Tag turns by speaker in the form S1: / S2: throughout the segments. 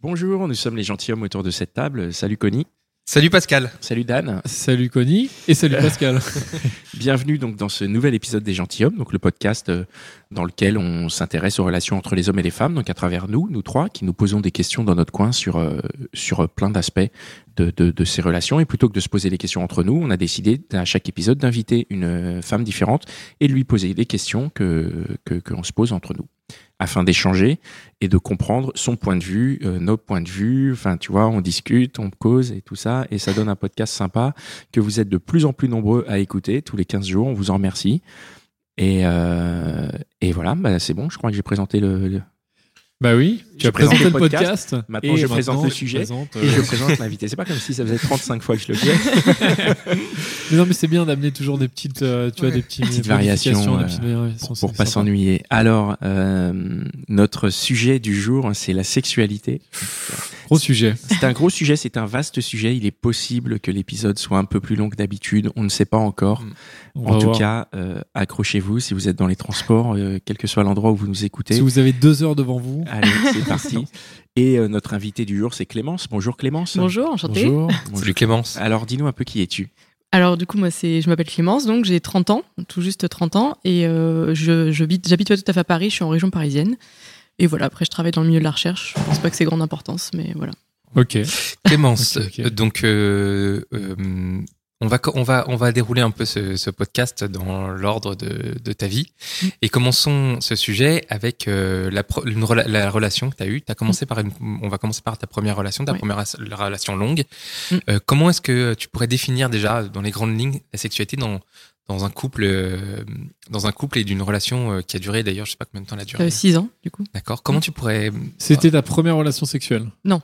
S1: Bonjour, nous sommes les gentilshommes autour de cette table. Salut Connie.
S2: Salut Pascal.
S1: Salut Dan.
S3: Salut Connie et salut Pascal.
S1: Bienvenue donc dans ce nouvel épisode des Gentilhommes, donc le podcast euh, dans lequel on s'intéresse aux relations entre les hommes et les femmes, donc à travers nous, nous trois, qui nous posons des questions dans notre coin sur euh, sur euh, plein d'aspects de, de, de ces relations. Et plutôt que de se poser les questions entre nous, on a décidé à chaque épisode d'inviter une euh, femme différente et de lui poser des questions que que qu'on se pose entre nous, afin d'échanger et de comprendre son point de vue, euh, nos points de vue. Enfin, tu vois, on discute, on cause et tout ça, et ça donne un podcast sympa que vous êtes de plus en plus nombreux à écouter tous les 15 jours. On vous en remercie. Et, euh, et voilà, bah, c'est bon, je crois que j'ai présenté le. le-
S3: Bah oui, tu
S1: Je
S3: as présenté le
S1: présente le
S3: podcast.
S1: Maintenant, je présente le
S3: tu
S1: sujet
S3: présentes, euh,
S1: Et je présente l'invité. C'est pas comme si ça faisait 35 fois que je le faisais.
S3: mais non, mais c'est bien d'amener toujours des petites, euh, tu vois,
S2: Ouais.
S3: des petites,
S1: Petites variations,
S3: modifications, des
S1: euh,
S3: petites variations,
S1: pour,
S3: c'est
S1: pour pas
S3: sympa.
S1: s'ennuyer. Alors, euh, notre sujet du jour, hein, c'est la sexualité.
S3: Gros sujet.
S1: C'est un gros sujet, c'est un vaste sujet. Il est possible que l'épisode soit un peu plus long que d'habitude. On ne sait pas encore.
S3: On
S1: En
S3: va
S1: tout
S3: voir.
S1: cas, euh, accrochez-vous si vous êtes dans les transports, euh, quel que soit l'endroit où vous nous écoutez.
S3: si vous avez deux heures devant vous,
S1: Allez, c'est parti. Et euh, notre invité du jour, c'est Clémence. Bonjour Clémence.
S4: Bonjour, enchantée.
S3: bonjour.
S1: Bonjour.
S2: Salut Clémence.
S1: Alors, dis-nous un peu qui es-tu
S4: Alors du coup, moi, c'est, je m'appelle Clémence, donc j'ai 30 ans, tout juste 30 ans, et euh, je, je vis- j'habite pas tout à fait à Paris, je suis en région parisienne. Et voilà, après, je travaille dans le milieu de la recherche. Je pense pas que c'est grande importance, mais voilà.
S3: Ok.
S2: Clémence.
S3: Ok, ok.
S2: euh, Donc, euh, euh, on, va, co- on, va, on va dérouler un peu ce, ce podcast dans l'ordre de, de ta vie.
S3: Mm.
S2: Et commençons ce sujet avec euh, la, pro- une rela- la relation que tu as eue. T'as commencé
S3: Mm.
S2: par une- on va commencer par ta première relation, ta
S4: Oui.
S2: première as- la relation longue.
S4: Mm.
S2: Euh, comment est-ce que tu pourrais définir déjà, dans les grandes lignes, la sexualité dans, dans, un, couple, euh, dans un couple et d'une relation euh, qui a duré, d'ailleurs, je sais pas combien de temps elle a duré.
S4: 6 Euh, ans, du coup.
S2: D'accord. Comment tu pourrais.
S3: Mm. C'était ta première relation sexuelle
S4: Non,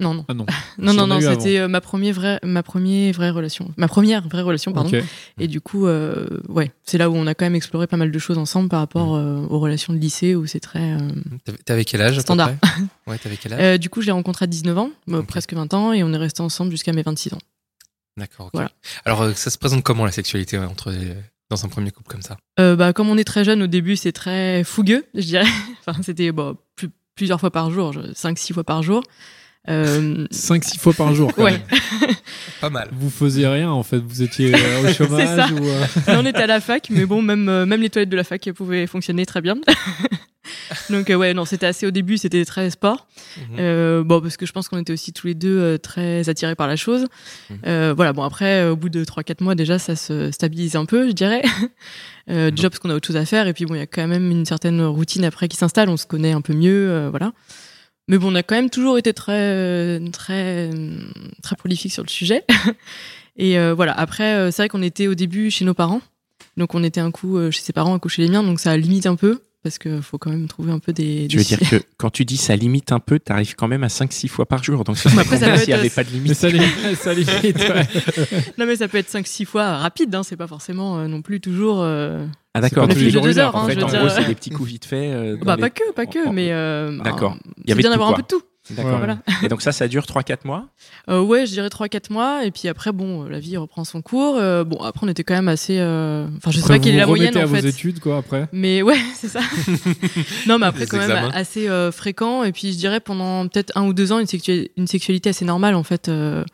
S4: non.
S3: Ah non.
S4: Non,
S3: Si
S4: non,
S3: on a
S4: non,
S3: eu
S4: c'était euh, ma, première vraie, ma première vraie relation. Ma première vraie relation, pardon.
S3: Ok.
S4: Et du coup, euh, ouais, c'est là où on a quand même exploré pas mal de choses ensemble par rapport
S3: Mm.
S4: euh, aux relations de lycée, où c'est très... euh,
S2: T'avais- T'avais quel âge à peu
S4: Standard.
S2: près Ouais, t'avais quel âge
S4: Euh, du coup, je l'ai rencontré à 19 ans, bah,
S2: Ok.
S4: presque 20 ans, et on est resté ensemble jusqu'à mes 26 ans.
S2: D'accord. ok.
S4: Voilà.
S2: Alors, euh, ça se présente comment la sexualité euh, entre les- dans un premier couple comme ça
S4: Euh, bah, comme on est très jeune, au début, c'est très fougueux, je dirais. Enfin, c'était bah, plus- plusieurs fois par jour, 5-6 fois par jour. Euh,
S3: 5-6 fois par jour. quand
S4: Ouais.
S3: même.
S2: Pas mal.
S3: Vous faisiez rien en fait, vous étiez euh, au chômage
S4: ça.
S3: ou. euh,
S4: là, on était à la fac, mais bon, même, euh, même les toilettes de la fac elles pouvaient fonctionner très bien. Donc, euh, ouais, non, c'était assez au début, c'était très sport.
S1: Mhm.
S4: Euh, bon, parce que je pense qu'on était aussi tous les deux euh, très attirés par la chose.
S2: Mhm.
S4: Euh, voilà, bon, après, euh, au bout de 3-4 mois, déjà, ça se stabilise un peu, je dirais. Euh, déjà,
S1: Mhm.
S4: parce qu'on a autre chose à faire. Et puis, bon, il y a quand même une certaine routine après qui s'installe. On se connaît un peu mieux, euh, voilà. Mais bon, on a quand même toujours été très, euh, très, euh, très prolifique sur le sujet. Et euh, voilà, après, euh, c'est vrai qu'on était au début chez nos parents. Donc, on était un coup euh, chez ses parents, un coup chez les miens. Donc, ça limite un peu. Parce qu'il faut quand même trouver un peu des.
S1: Tu
S4: des
S1: veux dire que quand tu dis ça limite un peu, t'arrives quand même à 5-6 fois par jour. Donc, ça serait
S4: Après, ça
S1: combien
S4: peut
S1: s'il n'y
S4: être-
S1: avait pas de
S3: Mais
S1: limite.
S3: ça les, ça les fait, ouais.
S4: Non, mais ça peut être 5-6 fois rapide, hein, c'est pas forcément euh, non plus toujours. euh,
S1: Ah, d'accord.
S4: c'est pas
S1: donc
S4: tous les
S1: tu-
S4: jours une heure,
S1: En
S4: hein,
S1: fait,
S4: je veux
S1: en
S4: dire.
S1: gros, c'est des petits coups vite faits. euh, dans
S4: Bah,
S1: les-
S4: pas que, pas que,
S1: en- en-
S4: mais. euh,
S1: D'accord.
S4: bah,
S1: y
S4: C'est
S1: avait
S4: bien
S1: de tout,
S4: d'avoir un
S1: quoi.
S4: peu de tout.
S1: D'accord.
S3: Voilà.
S1: Et donc, ça, ça dure 3-4 mois
S4: Euh, ouais, je dirais 3-4 mois, et puis après, bon, euh, la vie reprend son cours. euh, bon, après, on était quand même assez. euh, Enfin, je sais
S3: Après,
S4: pas quelle
S3: vous
S4: est la
S3: vous remettez
S4: moyenne en
S3: à vos
S4: fait.
S3: études quoi après.
S4: Mais ouais, c'est ça. non, mais après,
S2: Les
S4: quand
S2: examens.
S4: même, assez euh, fréquent. Et puis, je dirais pendant peut-être un ou deux ans, une, sexu- une sexualité assez normale, en fait. euh,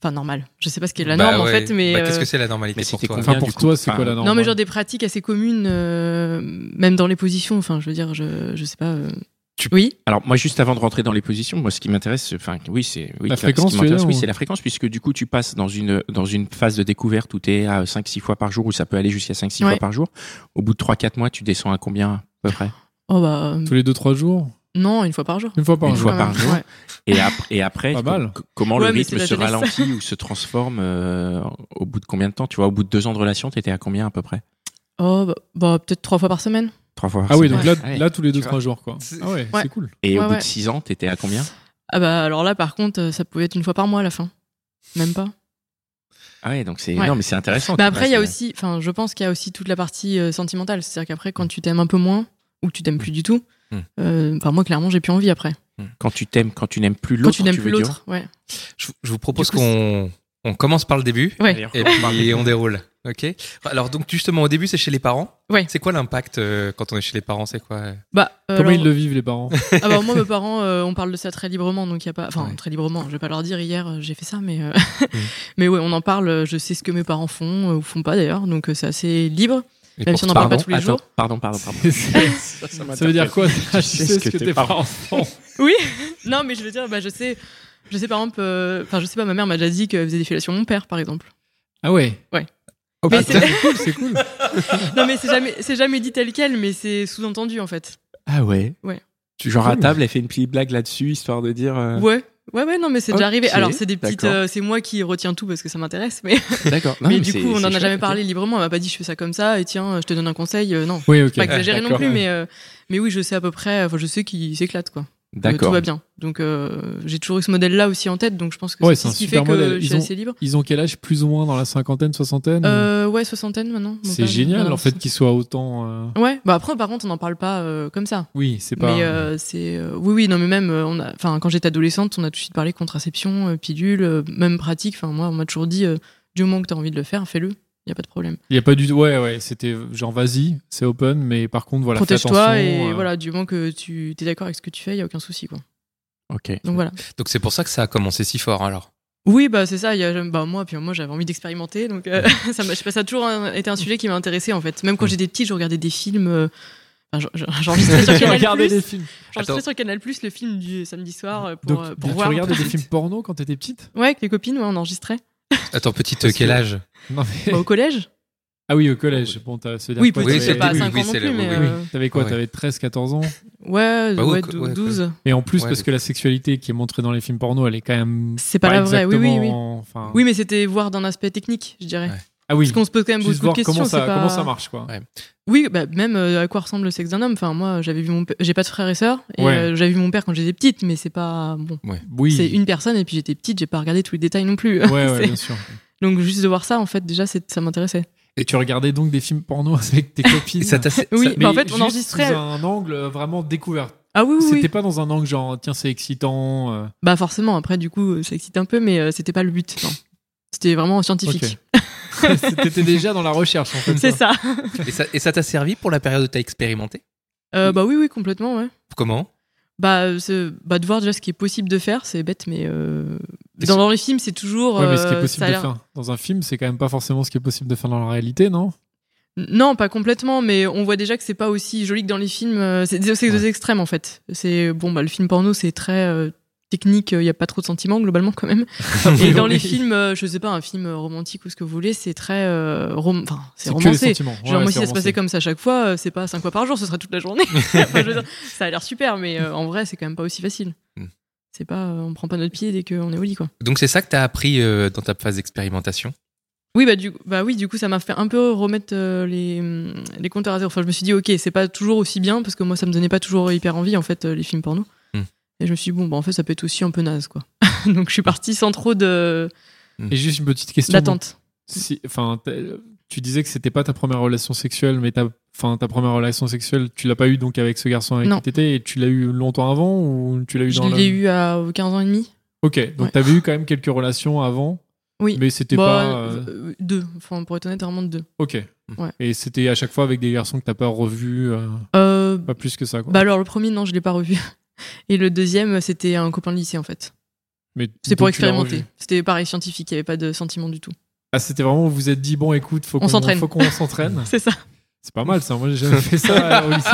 S4: Enfin, normale. Je sais pas ce qu'est la
S2: Bah
S4: norme, en
S2: ouais.
S4: fait, mais.
S2: Bah, Qu'est-ce
S4: euh,
S2: que c'est la normalité
S1: mais
S2: pour
S1: c'était
S2: toi
S1: combien
S3: Enfin
S1: Bien,
S3: pour
S1: du coup.
S3: toi c'est quoi la
S1: Enfin,
S3: norme
S4: Non, mais genre des pratiques assez communes, euh, même dans les positions. Enfin, je veux dire, je, je sais pas. euh,
S1: Tu-
S4: Oui,
S1: Alors moi, juste avant de rentrer dans les positions, moi, ce qui m'intéresse, c'est- enfin, oui, c'est oui,
S3: La
S1: ce qui
S3: fréquence, tu veux
S1: m'intéresse,
S3: dire,
S1: oui,
S3: ou-
S1: c'est la fréquence, puisque du coup, tu passes dans une dans une phase de découverte où tu es à 5-6 fois par jour, où ça peut aller jusqu'à 5-6
S4: Ouais.
S1: fois par jour. Au bout de 3-4 mois, tu descends à combien à peu près
S4: oh bah euh,
S3: Tous les 2-3 jours
S4: non, une fois par jour.
S3: Une fois par
S1: Une
S3: jour
S1: fois
S4: Ouais,
S1: par
S4: ouais.
S1: jour.
S4: Ouais.
S1: Et, ap- et après,
S3: Pas mal.
S1: co- comment
S4: Ouais,
S1: le
S4: mais
S1: rythme
S4: c'est la
S1: se
S4: jeunesse.
S1: ralentit ou se transforme euh, au bout de combien de temps Tu vois, au bout de deux ans de relation, tu étais à combien à peu près
S4: Oh bah, bah, peut-être trois fois par semaine.
S1: trois fois par
S3: Ah oui,
S1: semaine.
S3: donc là,
S1: Ouais.
S3: là tous les deux
S2: Tu
S3: trois jours, quoi.
S2: C'est-
S3: Ah ouais,
S4: Ouais. Euh,
S3: c'est cool.
S1: Et au
S4: Ouais,
S1: bout
S4: ouais.
S1: de six ans, t'étais à combien
S4: Ah bah alors là, par contre, euh, ça pouvait être une fois par mois à la fin. Même pas.
S1: Ah ouais, donc c'est
S4: Ouais.
S1: non, mais c'est intéressant. tu
S4: Mais Bah, après, il y a
S1: vois, bah, c'est-
S4: aussi, enfin, je pense qu'il y a aussi toute la partie euh, sentimentale. C'est-à-dire qu'après, quand tu t'aimes un peu moins ou que tu
S1: Mm.
S4: t'aimes plus du tout,
S2: Hmm.
S4: euh, enfin, moi, clairement, j'ai plus envie après.
S1: quand tu t'aimes, quand tu n'aimes plus
S4: Quand
S1: l'autre,
S4: tu n'aimes plus
S1: veux dire.
S4: l'autre, ouais.
S2: Je, vous- je vous propose
S4: Du coup,
S2: qu'on on commence par le début
S4: Ouais.
S1: D'ailleurs,
S2: et
S1: on parle
S2: puis
S1: des-
S2: on déroule. Ok. Alors donc justement au début c'est chez les parents.
S4: Ouais.
S2: C'est quoi l'impact euh, quand on est chez les parents C'est quoi euh
S4: Bah, euh,
S3: Comment
S4: alors-
S3: ils le vivent, les parents
S4: Ah bah, moi, mes parents, euh, on parle de ça très librement, donc il y a pas, enfin
S2: Ouais.
S4: très librement. Je vais pas leur dire hier euh, j'ai fait ça, mais euh, mais ouais, on en parle. euh, Je sais ce que mes parents font euh, ou font pas d'ailleurs, donc euh, c'est assez libre.
S2: Et
S4: Même
S2: pour-
S4: si on n'en parle pas
S1: Pardon,
S4: tous les
S1: attends,
S4: jours.
S1: Pardon, pardon, pardon.
S3: Ça veut dire quoi Tu sais ce que tes parents font
S4: Non, mais je veux dire, bah, je sais, je sais par exemple, euh, enfin je sais pas, ma mère m'a déjà dit qu'elle faisait des fellations à mon père, par exemple.
S3: Ah ouais
S2: Oh,
S1: Ah,
S4: Mais
S2: putain.
S4: c'est-
S3: Cool, c'est cool.
S4: non mais c'est jamais, c'est jamais dit tel quel, mais c'est sous-entendu en fait.
S1: Ah ouais.
S4: Ouais.
S1: Tu genre à
S2: Cool.
S1: table, elle fait une petite blague là-dessus, histoire de dire. euh,
S4: Ouais. Ouais, ouais, non, mais c'est déjà
S1: Ok,
S4: arrivé. Alors, c'est des petites.
S1: d'accord.
S4: euh, c'est moi qui retiens tout parce que ça m'intéresse, mais,
S1: D'accord. Non,
S4: mais
S1: mais
S4: du
S1: c'est-
S4: coup, on
S1: c'est
S4: en a
S1: chouette,
S4: jamais
S1: ok.
S4: parlé librement. On m'a pas dit je fais ça comme ça et tiens, euh, je te donne un conseil. euh, non,
S3: Oui, ok.
S4: pas exagéré non
S3: D'accord.
S4: plus, mais, euh, mais oui, je sais à peu près. Enfin, je sais qu'ils s'éclatent, quoi. Euh, Tout
S1: D'accord.
S4: va bien. Donc, euh, j'ai toujours eu ce modèle-là aussi en tête, donc je pense que
S3: Ouais,
S4: c'est
S3: c'est un
S4: ce qui fait
S3: super
S4: que
S3: modèle.
S4: je suis
S3: Ils ont-
S4: assez libre.
S3: Ils ont quel âge Plus ou moins dans la cinquantaine, soixantaine
S4: Euh, ouais, soixantaine maintenant. mon
S3: C'est
S4: père,
S3: génial,
S4: euh,
S3: en fait, qu'ils soient autant. euh,
S4: Ouais, bah après, par contre, on n'en parle pas euh, comme ça.
S3: Oui, c'est pas.
S4: Mais euh, c'est euh, oui oui non mais même euh, on a enfin quand j'étais adolescente on a tout de suite parlé contraception euh, pilule euh, même pratique enfin moi on m'a toujours dit euh, du moment que t'as envie de le faire fais-le il y a pas de problème
S3: Il y a pas du. Ouais, ouais, c'était genre vas-y, c'est open, mais par contre, voilà. fais
S4: protège-toi
S3: attention,
S4: et
S3: euh,
S4: voilà du moment que tu t'es d'accord avec ce que tu fais il y a aucun souci quoi
S1: Ok.
S4: donc voilà
S2: Donc c'est pour ça que ça a commencé si fort alors.
S4: oui bah c'est ça il y a bah moi puis moi j'avais envie d'expérimenter donc euh, ça m'a je sais pas, ça a toujours un- été un sujet qui m'a intéressé en fait même
S3: Mm.
S4: quand j'étais petite je regardais des films euh, enfin, j'en- j'en- j'enregistrais sur
S3: Tu
S4: Canal+,
S3: regardais des films.
S4: j'enregistrais
S2: Attends.
S4: sur Canal Plus le film du samedi soir euh, pour
S3: Donc,
S4: euh, pour
S3: tu
S4: voir
S3: regardais des films porno quand t'étais petite
S4: ouais avec les copines ouais, on enregistrait
S2: Attends petite
S3: Parce
S2: euh, quel
S3: que-
S2: âge
S3: Non, mais.
S4: Bah, au collège
S3: Ah oui, au collège. Bon, t'as c'est dire
S4: Oui,
S3: quoi,
S4: peut-être
S2: Oui,
S4: que
S3: t'avais-
S4: c'est pas à
S2: oui,
S4: 5
S2: oui,
S4: ans non
S2: c'est
S4: plus,
S2: le-
S4: mais.
S2: oui, oui.
S4: euh,
S3: T'avais quoi
S2: Ouais.
S3: T'avais 13, 14 ans
S4: Ouais,
S2: Bah,
S4: ouais,
S2: ouais,
S4: dou-
S2: ouais,
S4: 12.
S3: Et en plus,
S2: Ouais,
S3: parce
S2: mais-
S3: que la sexualité qui est montrée dans les films porno, elle est quand même.
S4: C'est pas la vraie, oui, oui, oui.
S3: exactement- Enfin...
S4: Oui, mais c'était voir d'un aspect technique, je dirais.
S2: Ouais.
S3: Ah oui.
S4: Parce qu'on se pose quand même
S3: Juste
S4: beaucoup de
S3: voir
S4: questions.
S3: comment ça,
S4: c'est pas-
S3: comment ça marche, quoi.
S2: Ouais.
S4: Oui, bah, même euh, à quoi ressemble le sexe d'un homme. Enfin, moi, j'avais vu mon p- j'ai pas de frères et sœurs, et
S3: Ouais.
S4: euh, j'avais vu mon père quand j'étais petite, mais c'est pas bon.
S3: Oui.
S4: C'est une personne, et puis j'étais petite, j'ai pas regardé tous les détails non
S3: Ouais,
S4: plus.
S3: ouais,
S4: C'est-
S3: bien sûr.
S4: Donc juste de voir ça, en fait, déjà, c'est- ça m'intéressait.
S3: Et tu regardais donc des films porno avec tes copines.
S2: Et ça t'a-
S4: Oui,
S2: ça-
S4: mais en fait, on
S3: juste
S4: enregistrait-
S3: sous un angle euh, vraiment découvert.
S4: Ah oui, oui,
S3: C'était
S4: oui.
S3: pas dans un angle genre tiens c'est excitant. euh.
S4: Bah forcément. Après, du coup, ça excite un peu, mais euh, c'était pas le but. non. C'était vraiment scientifique.
S3: Ok. T'étais déjà dans la recherche en fait.
S4: C'est ça.
S2: et ça et ça t'a servi pour la période où t'as expérimenté
S3: Mm.
S4: Euh, bah oui, oui, complètement, ouais.
S2: Comment
S4: bah, euh, ce- bah, de voir déjà ce qui est possible de faire, c'est bête, mais euh,
S2: Et
S4: dans, dans les films, c'est toujours.
S3: Ouais, mais ce qui est
S4: euh,
S3: possible
S4: ça a
S3: de
S4: l'air-
S3: faire dans un film, c'est quand même pas forcément ce qui est possible de faire dans la réalité, non
S4: Non, pas complètement, mais on voit déjà que c'est pas aussi joli que dans les films. euh, C'est c'est- c'est
S2: Ouais.
S4: deux extrêmes en fait. C'est bon, bah, le film porno, c'est très euh, technique. Il y a pas trop de sentiments globalement quand même. Et dans les films, euh, je sais pas, un film euh, romantique ou ce que vous voulez, c'est très euh, rom- enfin, c'est
S3: que les
S4: romancé.
S3: sentiments.
S4: Genre,
S3: Ouais,
S4: moi,
S3: c'est
S4: si ça se passait
S3: romancé.
S4: comme ça à chaque fois, euh, c'est pas cinq fois par jour, ce serait toute la journée. Enfin, je veux dire, ça a l'air super, mais euh, en vrai, c'est quand même pas aussi facile.
S2: Hmm.
S4: C'est pas, euh, on prend pas notre pied dès qu'on est au lit, quoi.
S2: Donc c'est ça que t'as appris euh, dans ta phase d'expérimentation.
S4: Oui, bah, du, bah oui, du coup, ça m'a fait un peu remettre euh, les, hum, les compteurs à zéro. Enfin, je me suis dit, ok, c'est pas toujours aussi bien, parce que moi, ça me donnait pas toujours hyper envie, en fait, euh, les films porno.
S2: Hmm.
S4: Et je me suis dit, bon, bah, en fait, ça peut être aussi un peu naze, quoi. Donc, je suis partie sans trop de
S3: Et juste une petite question.
S4: d'attente.
S3: Si- enfin, t'as- tu disais que c'était pas ta première relation sexuelle, mais ta, enfin, ta première relation sexuelle, tu l'as pas eu donc avec ce garçon avec
S4: Non.
S3: qui t'étais, et tu l'as eu longtemps avant ou tu l'as eu
S4: Je
S3: dans
S4: l'ai
S3: le...
S4: eu à 15 ans et demi.
S3: Ok, donc
S4: Ouais.
S3: t'avais eu quand même quelques relations avant,
S4: Oui.
S3: mais c'était
S4: Bah,
S3: pas. euh,
S4: euh, deux. Enfin, pour être honnête, vraiment deux.
S3: Ok.
S4: Ouais.
S3: Et c'était à chaque fois avec des garçons que t'as pas revu,
S4: Euh,
S3: pas plus que ça. Quoi.
S4: bah, alors, le premier, non, je l'ai pas revu. Et le deuxième, c'était un copain de lycée, en fait.
S3: Mais
S4: C'était pour
S3: donc tu l'as
S4: expérimenter.
S3: revu.
S4: C'était pareil, scientifique, il y avait pas de sentiment du tout.
S3: Ah, c'était vraiment, vous vous êtes dit, bon, écoute, faut
S4: On
S3: qu'on
S4: s'entraîne.
S3: faut qu'on s'entraîne.
S4: C'est ça.
S3: C'est pas mal ça, moi j'ai jamais fait ça euh, au lycée.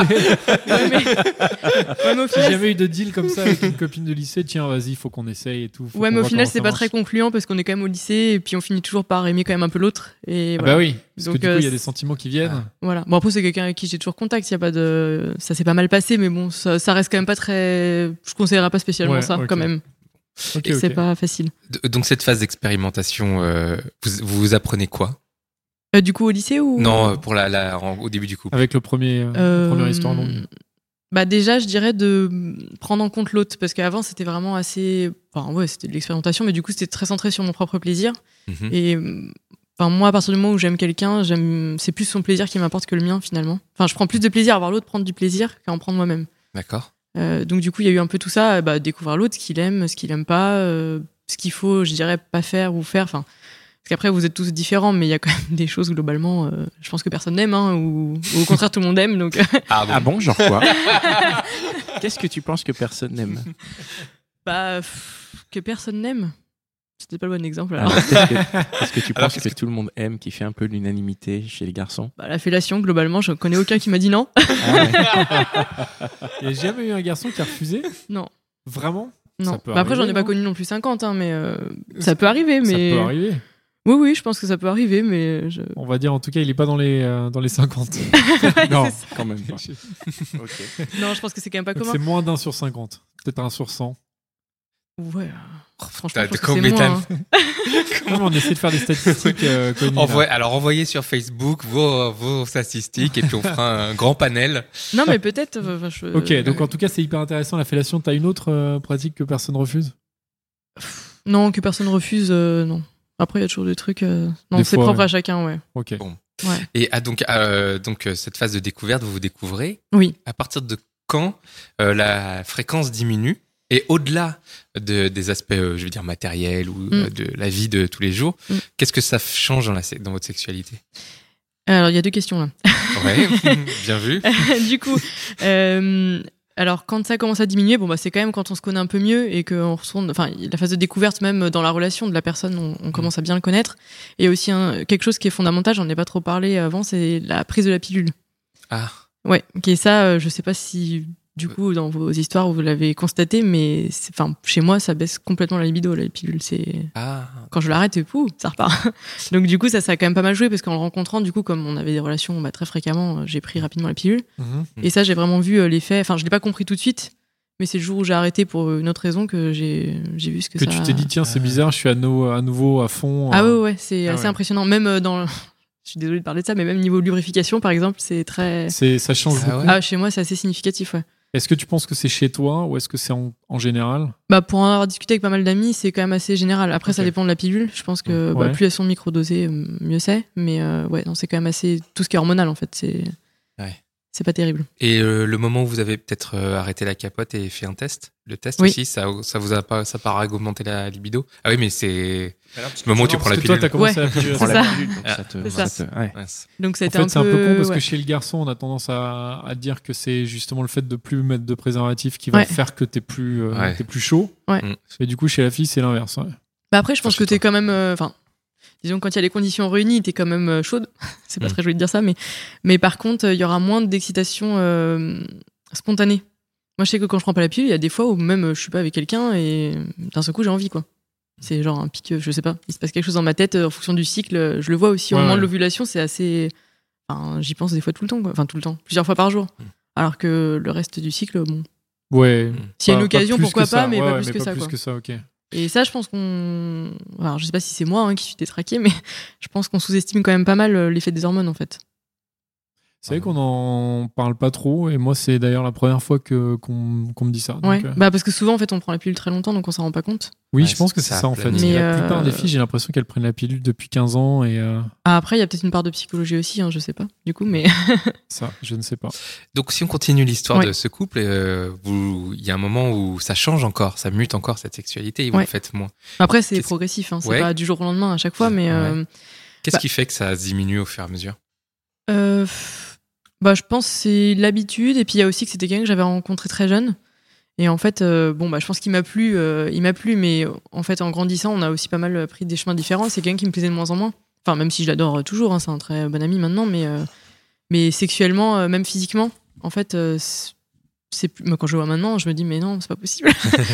S4: Ouais, mais- Ouais, mais au
S3: J'ai
S4: final,
S3: jamais eu de deal comme ça avec une copine de lycée, tiens, vas-y, faut qu'on essaye et tout. faut
S4: Ouais,
S3: qu'on
S4: mais au
S3: voit
S4: final,
S3: comment
S4: c'est
S3: ça
S4: pas
S3: marche.
S4: très concluant parce qu'on est quand même au lycée et puis on finit toujours par aimer quand même un peu l'autre. Et
S3: Ah
S4: voilà.
S3: Bah oui, parce que
S4: Donc,
S3: du coup, il y a
S4: euh,
S3: des sentiments qui viennent.
S4: voilà. Bon, après, c'est quelqu'un avec qui j'ai toujours contact. Il y a pas de. Ça s'est pas mal passé, mais bon, ça, ça reste quand même pas très. Je conseillerais pas spécialement
S3: Ouais,
S4: ça
S3: ok.
S4: quand même.
S3: Ok,
S4: C'est
S3: ok.
S4: pas facile.
S2: D- Donc cette phase d'expérimentation, euh, vous, vous apprenez quoi
S4: Euh, du coup, au lycée ou
S2: Non, euh, pour la, la- en- au début du couple.
S3: Avec le premier, euh,
S4: Euh,
S3: première histoire longue.
S4: Bah déjà, je dirais de prendre en compte l'autre parce qu'avant c'était vraiment assez, enfin ouais, c'était de l'expérimentation, mais du coup c'était très centré sur mon propre plaisir.
S2: Mhm.
S4: Et euh, enfin moi, à partir du moment où j'aime quelqu'un, j'aime, c'est plus son plaisir qui m'importe que le mien finalement. Enfin, je prends plus de plaisir à voir l'autre prendre du plaisir qu'à en prendre moi-même.
S2: D'accord.
S4: Euh, donc du coup, il y a eu un peu tout ça, euh, bah, découvrir l'autre, ce qu'il aime, ce qu'il aime pas, euh, ce qu'il faut, je dirais, pas faire ou faire. Enfin, parce qu'après vous êtes tous différents, mais il y a quand même des choses globalement, euh, je pense que personne n'aime, hein, ou, ou au contraire tout le monde aime. Donc euh,
S2: Ah bon.
S1: Ah bon, genre quoi Qu'est-ce que tu penses que personne n'aime
S4: Bah, pff, que personne n'aime. C'était pas le bon exemple. Alors.
S1: Alors, Qu'est-ce que, Ah. qu'est-ce que tu
S2: Alors,
S1: penses que, tout le monde aime, qui fait un peu l'unanimité chez les garçons
S4: Bah, la fellation, globalement, je connais aucun qui m'a dit non.
S1: Ah
S3: Il n'y a jamais eu un garçon qui a refusé
S4: Non.
S3: Vraiment
S4: non.
S3: peut
S4: Bah, après, j'en ai
S3: arriver,
S4: pas
S3: non
S4: connu non plus 50, hein, mais euh, ça peut arriver. Mais... euh,
S3: Ça peut arriver.
S4: Oui, oui, je pense que ça peut arriver, mais je.
S3: On va dire, en tout cas, il est pas dans les, euh, dans les 50.
S1: Non, quand même pas.
S3: Donc,
S1: Ok.
S4: Non, je pense que c'est quand même pas commun.
S3: C'est moins d'un sur 50. Peut-être un sur 100.
S4: Ouais. euh, Franchement,
S2: T'as-
S4: je pense que
S2: comme
S4: c'est
S2: Ethan.
S4: moins. hein.
S3: Non, mais on essaie de faire des statistiques euh, connues. là.
S2: Ah, Envoie- alors envoyez sur Facebook vos, vos statistiques et puis on fera un grand panel.
S4: Non, mais peut-être. euh, enfin, je-
S3: Ok, donc en tout cas, c'est hyper intéressant. La fellation, t'as une autre euh, pratique que personne refuse
S4: Non, que personne refuse, euh, non. Après, il y a toujours des trucs. euh, Non,
S3: Des
S4: c'est
S3: fois,
S4: propre
S3: ouais.
S4: à chacun, ouais.
S3: Ok.
S2: Et ah, donc, euh, donc euh, cette phase de découverte, vous vous découvrez.
S4: Oui.
S2: À partir de quand euh, la fréquence diminue et au-delà de, des aspects, euh, je veux dire matériels ou euh, de la vie de tous les jours,
S4: Mm.
S2: qu'est-ce que ça change dans, la, sé- dans votre sexualité
S4: Alors, il y a deux questions là.
S2: Ouais, bien vu.
S4: du coup, euh, alors quand ça commence à diminuer, bon bah c'est quand même quand on se connaît un peu mieux et qu'on retourne, enfin la phase de découverte même dans la relation de la personne, on, on commence à bien le connaître. Et aussi un- quelque chose qui est fondamental, j'en ai pas trop parlé avant, c'est la prise de la pilule.
S2: Ah,
S4: Ouais, qui est ça, euh, je sais pas si du coup dans vos histoires vous l'avez constaté, mais c'est- enfin chez moi ça baisse complètement la libido la pilule, c'est
S2: ah,
S4: quand je l'arrête, et pouh, ça repart. Donc du coup, ça, ça a quand même pas mal joué parce qu'en le rencontrant, du coup, comme on avait des relations bah, très fréquemment, euh, j'ai pris rapidement la pilule.
S3: Mhm.
S4: Et ça, j'ai vraiment vu euh, l'effet. Enfin, je l'ai pas compris tout de suite, mais c'est le jour où j'ai arrêté pour euh, une autre raison que j'ai j'ai vu ce que,
S3: Que
S4: ça.
S3: tu t'es dit, tiens, c'est
S2: Euh.
S3: bizarre, je suis à, nou- à nouveau à fond.
S4: Ah ouais,
S3: euh,
S4: ouais, ouais, c'est
S3: Ah
S4: assez
S3: ouais.
S4: impressionnant. Même euh, dans, le- je suis désolée de parler de ça, mais même niveau lubrification, par exemple, c'est très.
S3: c'est- Ça change
S2: Ah
S3: beaucoup.
S2: ouais.
S4: Ah, chez moi, c'est assez significatif, ouais.
S3: Est-ce que tu penses que c'est chez toi ou est-ce que c'est en, en général
S4: Bah, pour en avoir discuté avec pas mal d'amis, c'est quand même assez général. Après, ça
S3: Ok. Mm.
S4: dépend de la pilule. Je pense que bah,
S3: Ouais.
S4: plus elles sont microdosées, euh, mieux c'est. Mais euh, ouais, non, c'est quand même assez. Tout ce qui est hormonal, en fait, c'est.
S2: Ouais.
S4: C'est pas terrible.
S2: Et euh, le moment où vous avez peut-être euh, arrêté la capote et fait un test, le test
S4: Oui.
S2: aussi, ça, ça vous a pas, ça part augmenter la libido Ah oui, mais c'est le moment où tu
S3: Non,
S2: prends la
S3: parce que toi,
S2: pilule.
S3: t'as commencé à
S1: Tu
S3: pilule.
S1: prends
S4: C'est
S1: la
S4: ça.
S1: pilule, donc
S2: Ah,
S1: ça te-
S4: c'est ça.
S1: ça te- ouais.
S2: Ouais, c'est-
S4: Donc
S3: En
S4: c'était
S3: fait, c'est
S4: un
S3: un
S4: peu.
S3: peu con parce
S4: ouais.
S3: que chez le garçon, on a tendance à, à dire que c'est justement le fait de plus mettre de préservatif qui va
S4: Ouais.
S3: faire que t'es plus, euh,
S2: Ouais.
S3: t'es plus chaud.
S4: Ouais.
S2: Mm.
S3: Et du coup, chez la fille, c'est l'inverse. ouais.
S4: Bah après, je pense
S2: Enfin,
S4: que
S2: chez
S4: t'es quand même. euh, Enfin, disons quand il y a les conditions réunies, t'es quand même euh, chaude. c'est pas
S2: Mm.
S4: très joli de dire ça, mais mais par contre, euh, il y aura moins d'excitation euh, spontanée. Moi, je sais que quand je prends pas la pilule, il y a des fois où même euh, je suis pas avec quelqu'un et euh, d'un seul coup j'ai envie quoi. C'est genre un pic, euh, je sais pas. Il se passe quelque chose dans ma tête euh, en fonction du cycle. euh, Je le vois aussi au
S3: Ouais,
S4: moment de
S3: ouais.
S4: l'ovulation, c'est assez. Enfin, j'y pense des fois tout le temps, quoi. Enfin, tout le temps, plusieurs fois par jour.
S3: Mm.
S4: Alors que le reste du cycle, bon.
S3: Ouais.
S4: S'il y a
S3: Pas-
S4: une
S3: pas
S4: occasion,
S3: plus
S4: pourquoi
S3: que ça.
S4: pas, mais
S3: Ouais,
S4: pas
S3: ouais,
S4: plus que ça,
S3: Pas
S4: quoi.
S3: plus que ça, ok.
S4: Et ça, je pense qu'on. Alors, je sais pas si c'est moi hein, qui suis détraqué, mais je pense qu'on sous-estime quand même pas mal euh, l'effet des hormones en fait.
S3: C'est vrai qu'on n'en parle pas trop, et moi, c'est d'ailleurs la première fois que qu'on qu'on me dit ça. donc,
S4: ouais.
S3: euh,
S4: Bah parce que souvent en fait on prend la pilule très longtemps donc on s'en rend pas compte.
S3: oui,
S2: Ouais,
S3: je pense que
S2: ça
S3: c'est ça en fait.
S2: aplanit.
S4: Mais,
S3: la plupart des
S4: euh,
S3: filles, j'ai l'impression qu'elles prennent la pilule depuis 15 ans, et euh,
S4: Ah, après il y a peut-être une part de psychologie aussi, hein, je sais pas. Du coup, mais
S3: ça, je ne sais pas.
S2: Donc si on continue l'histoire
S4: Ouais.
S2: de ce couple, euh, vous- il y a un moment où ça change encore, ça mute encore cette sexualité et vous
S4: Ouais.
S2: le faites moins.
S4: après c'est
S2: Qu'est-ce-
S4: progressif, hein, c'est
S2: Ouais.
S4: pas du jour au lendemain à chaque fois, mais euh,
S2: Qu'est-ce
S4: Bah.
S2: qui fait que ça diminue au fur et à mesure
S4: euh, pff, bah je pense que c'est l'habitude et puis il y a aussi que c'était quelqu'un que j'avais rencontré très jeune. Et en fait, euh, bon, bah, je pense qu'il m'a plu, euh, il m'a plu, mais en fait, en grandissant, on a aussi pas mal pris des chemins différents. C'est quelqu'un qui me plaisait de moins en moins. Enfin, même si je l'adore toujours, hein, c'est un très bon ami maintenant, mais, euh, mais sexuellement, euh, même physiquement, en fait, euh, c'est- c'est plus- moi, quand je le vois maintenant, je me dis, mais non, c'est pas possible.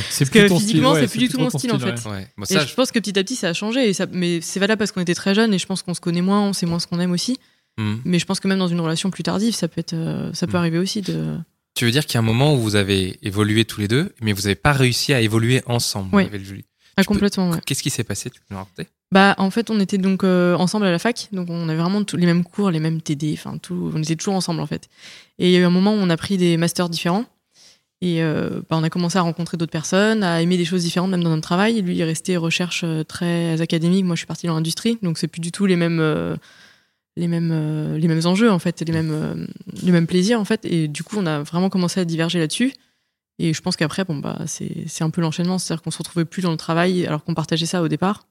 S3: C'est
S4: que
S3: plus ton style,
S4: physiquement,
S3: ouais,
S4: c'est plus du tout
S3: trop
S4: mon
S3: ton
S4: style, en
S3: ouais.
S4: fait.
S2: Ouais. Bon,
S4: Et
S2: ça,
S4: je pense que petit à petit, ça a changé. Et ça, mais c'est valable parce qu'on était très jeunes et je pense qu'on se connaît moins, on sait moins ce qu'on aime aussi.
S2: je- Hmm.
S4: Mais je pense que même dans une relation plus tardive, ça peut, être, euh, ça peut
S2: Mm.
S4: arriver aussi de.
S2: Tu veux dire qu'il y a un moment où vous avez évolué tous les deux, mais vous n'avez pas réussi à évoluer ensemble.
S4: Ouais.
S2: avec Julie.
S4: À Ah, complètement, ouais.
S2: Qu'est-ce qui s'est passé Tu peux nous raconter
S4: Bah, en fait, on était donc euh, ensemble à la fac, donc on avait vraiment tous les mêmes cours, les mêmes TD, enfin tout, on était toujours ensemble en fait. Et il y a eu un moment où on a pris des masters différents, et euh, bah, on a commencé à rencontrer d'autres personnes, à aimer des choses différentes même dans notre travail. Et lui, il est resté recherche euh, très académique, moi je suis partie dans l'industrie, donc c'est plus du tout les mêmes. euh, les mêmes, euh, les mêmes enjeux en fait, et les mêmes, euh, les mêmes plaisirs en fait, et du coup on a vraiment commencé à diverger là-dessus. Et je pense qu'après, bon, bah, c'est c'est un peu l'enchaînement. C'est-à-dire qu'on se retrouvait plus dans le travail alors qu'on partageait ça au départ.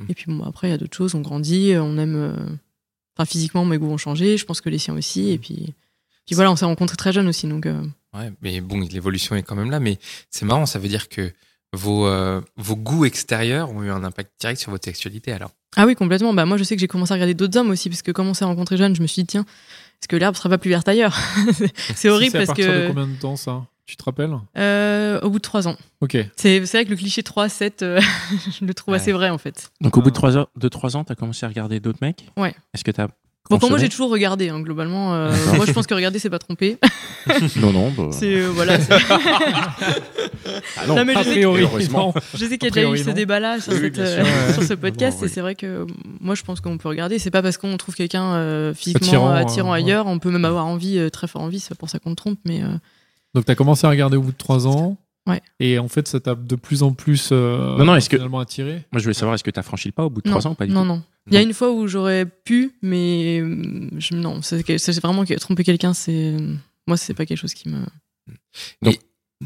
S2: Mhm.
S4: Et puis bon, bah, après, il y a d'autres choses. On grandit, on aime. euh, Enfin, physiquement, mes goûts ont changé. Je pense que les siens aussi. Et puis, puis voilà, on s'est rencontrés très jeunes aussi. Donc, euh,
S2: Ouais, mais bon, l'évolution est quand même là, mais c'est marrant, ça veut dire que vos, euh, vos goûts extérieurs ont eu un impact direct sur votre sexualité alors.
S4: Ah oui, complètement. Bah, moi, je sais que j'ai commencé à regarder d'autres hommes aussi. Parce que comme on s'est rencontrés jeunes, je me suis dit, tiens, est-ce que l'herbe sera pas plus verte ailleurs C'est horrible
S3: Bah, C'est à
S4: parce
S3: partir de
S4: que.
S3: combien de temps ça Tu te rappelles
S4: euh, au bout de trois ans.
S3: Ok.
S4: C'est c'est vrai que le cliché 3-7, euh, je le trouve
S2: Ouais.
S4: assez vrai en fait.
S1: Donc euh, au bout de 3 ans, de trois ans, t'as commencé à regarder d'autres mecs
S4: Ouais.
S1: Est-ce que t'as
S4: Bon, pour moi,
S1: consommé
S4: j'ai toujours regardé, hein, globalement. Euh, moi, je pense que regarder, c'est pas tromper.
S1: Non, non. bah,
S4: C'est euh, voilà. c'est-
S1: ah non.
S4: Non, mais je
S3: A
S4: sais-
S3: priori,
S1: Heureusement.
S3: non.
S4: Je sais qu'il y a
S3: A
S4: déjà eu
S3: priori,
S4: ce
S3: non.
S4: débat-là sur,
S2: Oui, oui,
S4: cette,
S2: bien
S4: euh,
S3: sûr, ouais.
S4: sur ce podcast,
S1: Bon, oui.
S4: et c'est vrai que euh, moi je pense qu'on peut regarder. C'est pas parce qu'on trouve quelqu'un euh, physiquement
S3: Attirant,
S4: attirant,
S3: euh, ouais.
S4: ailleurs, on peut même avoir envie, euh, très fort envie, c'est pas pour ça qu'on le trompe, mais euh,
S3: Donc t'as commencé à regarder au bout de 3 ans.
S4: Ouais.
S3: Et en fait, ça t'a de plus en plus euh,
S1: Non, non, est-ce que-
S3: finalement attiré.
S1: Moi, je voulais savoir, est-ce que t'as franchi le pas au bout de 3 ans ou pas du
S4: non,
S1: tout
S4: non. Il y a une fois où j'aurais pu, mais euh, je, non, c'est que- c'est vraiment que tromper quelqu'un, c'est. Moi, c'est pas quelque chose qui me.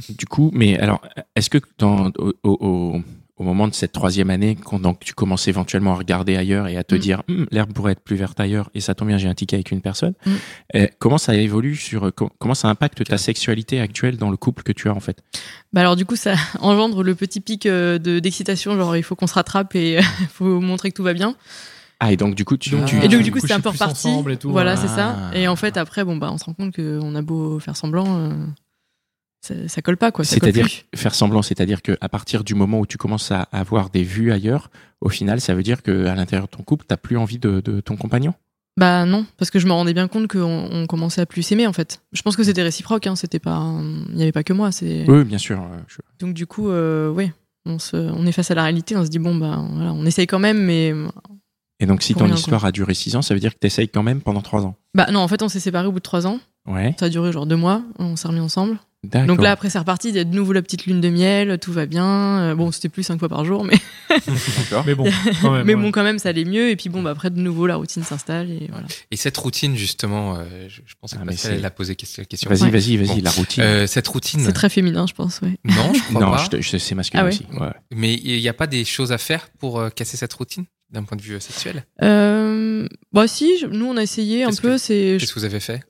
S1: Du coup, mais alors, est-ce que dans, au, au- au- au moment de cette troisième année, quand donc, tu commences éventuellement à regarder ailleurs et à te
S4: Mm.
S1: dire Hum, l'herbe pourrait être plus verte ailleurs et ça tombe bien, j'ai un ticket avec une personne,
S4: Mm.
S1: euh, comment ça évolue sur euh, com- comment ça impacte ta sexualité actuelle dans le couple que tu as en fait
S4: Bah alors du coup ça engendre le petit pic euh, de d'excitation genre il faut qu'on se rattrape et il faut montrer que tout va bien
S1: Ah et donc du coup tu,
S3: Donc,
S1: tu-
S4: et donc
S3: vous
S4: du coup
S3: couchez
S4: c'est un peu
S3: plus
S4: reparti
S3: ensemble et tout,
S4: voilà
S3: ouais.
S4: c'est ça
S1: Ah.
S4: et en fait après bon bah on se rend compte qu'on a beau faire semblant euh, ça, ça colle pas quoi ça colle
S1: c'est-à-dire
S4: plus.
S1: faire semblant, c'est-à-dire que à partir du moment où tu commences à avoir des vues ailleurs, au final, ça veut dire que à l'intérieur de ton couple, t'as plus envie de, de ton compagnon.
S4: bah non parce que je me rendais bien compte qu'on on commençait à plus s'aimer en fait je pense que c'était réciproque hein, c'était pas euh, il n'y avait pas que moi c'est
S1: Oui, bien sûr. euh, je-
S4: donc du coup euh, ouais on se on est face à la réalité on se dit bon bah voilà on essaye quand même mais
S1: Et donc si
S4: Pour
S1: ton
S4: rien
S1: histoire a duré 6 ans, ça veut dire que t'essayes quand même pendant 3 ans.
S4: bah non en fait on s'est séparés au bout de trois ans
S1: Ouais.
S4: ça a duré genre deux mois on s'est remis ensemble
S1: D'accord.
S4: Donc là, après, c'est reparti. Il y a de nouveau la petite lune de miel, tout va bien. Euh, Bon, c'était plus cinq fois par jour, mais,
S1: D'accord.
S3: Mais bon, quand même.
S4: mais
S3: ouais.
S4: bon, quand même, ça allait mieux. Et puis bon, bah, après, de nouveau, la routine s'installe. Et voilà.
S2: Et cette routine justement, euh, je, je pensais
S1: Ah,
S2: que
S1: mais
S2: Pascal
S1: c'est-
S2: elle a posé que- la question.
S1: Vas-y,
S4: Ouais.
S1: vas-y, vas-y,
S2: Bon.
S1: la routine.
S2: Euh, cette routine,
S4: C'est très féminin, je pense, ouais.
S2: non, je crois
S1: non,
S2: pas.
S1: je, te- je- c'est masculin
S4: Ah ouais
S1: aussi. ouais.
S2: Mais il n'y a pas des choses à faire pour euh, casser cette routine d'un point de vue euh, sexuel.
S4: Euh, bah si, je- nous, on a essayé un
S2: Qu'est-ce
S4: peu.
S2: que-
S4: C'est
S2: Qu'est-ce que vous avez fait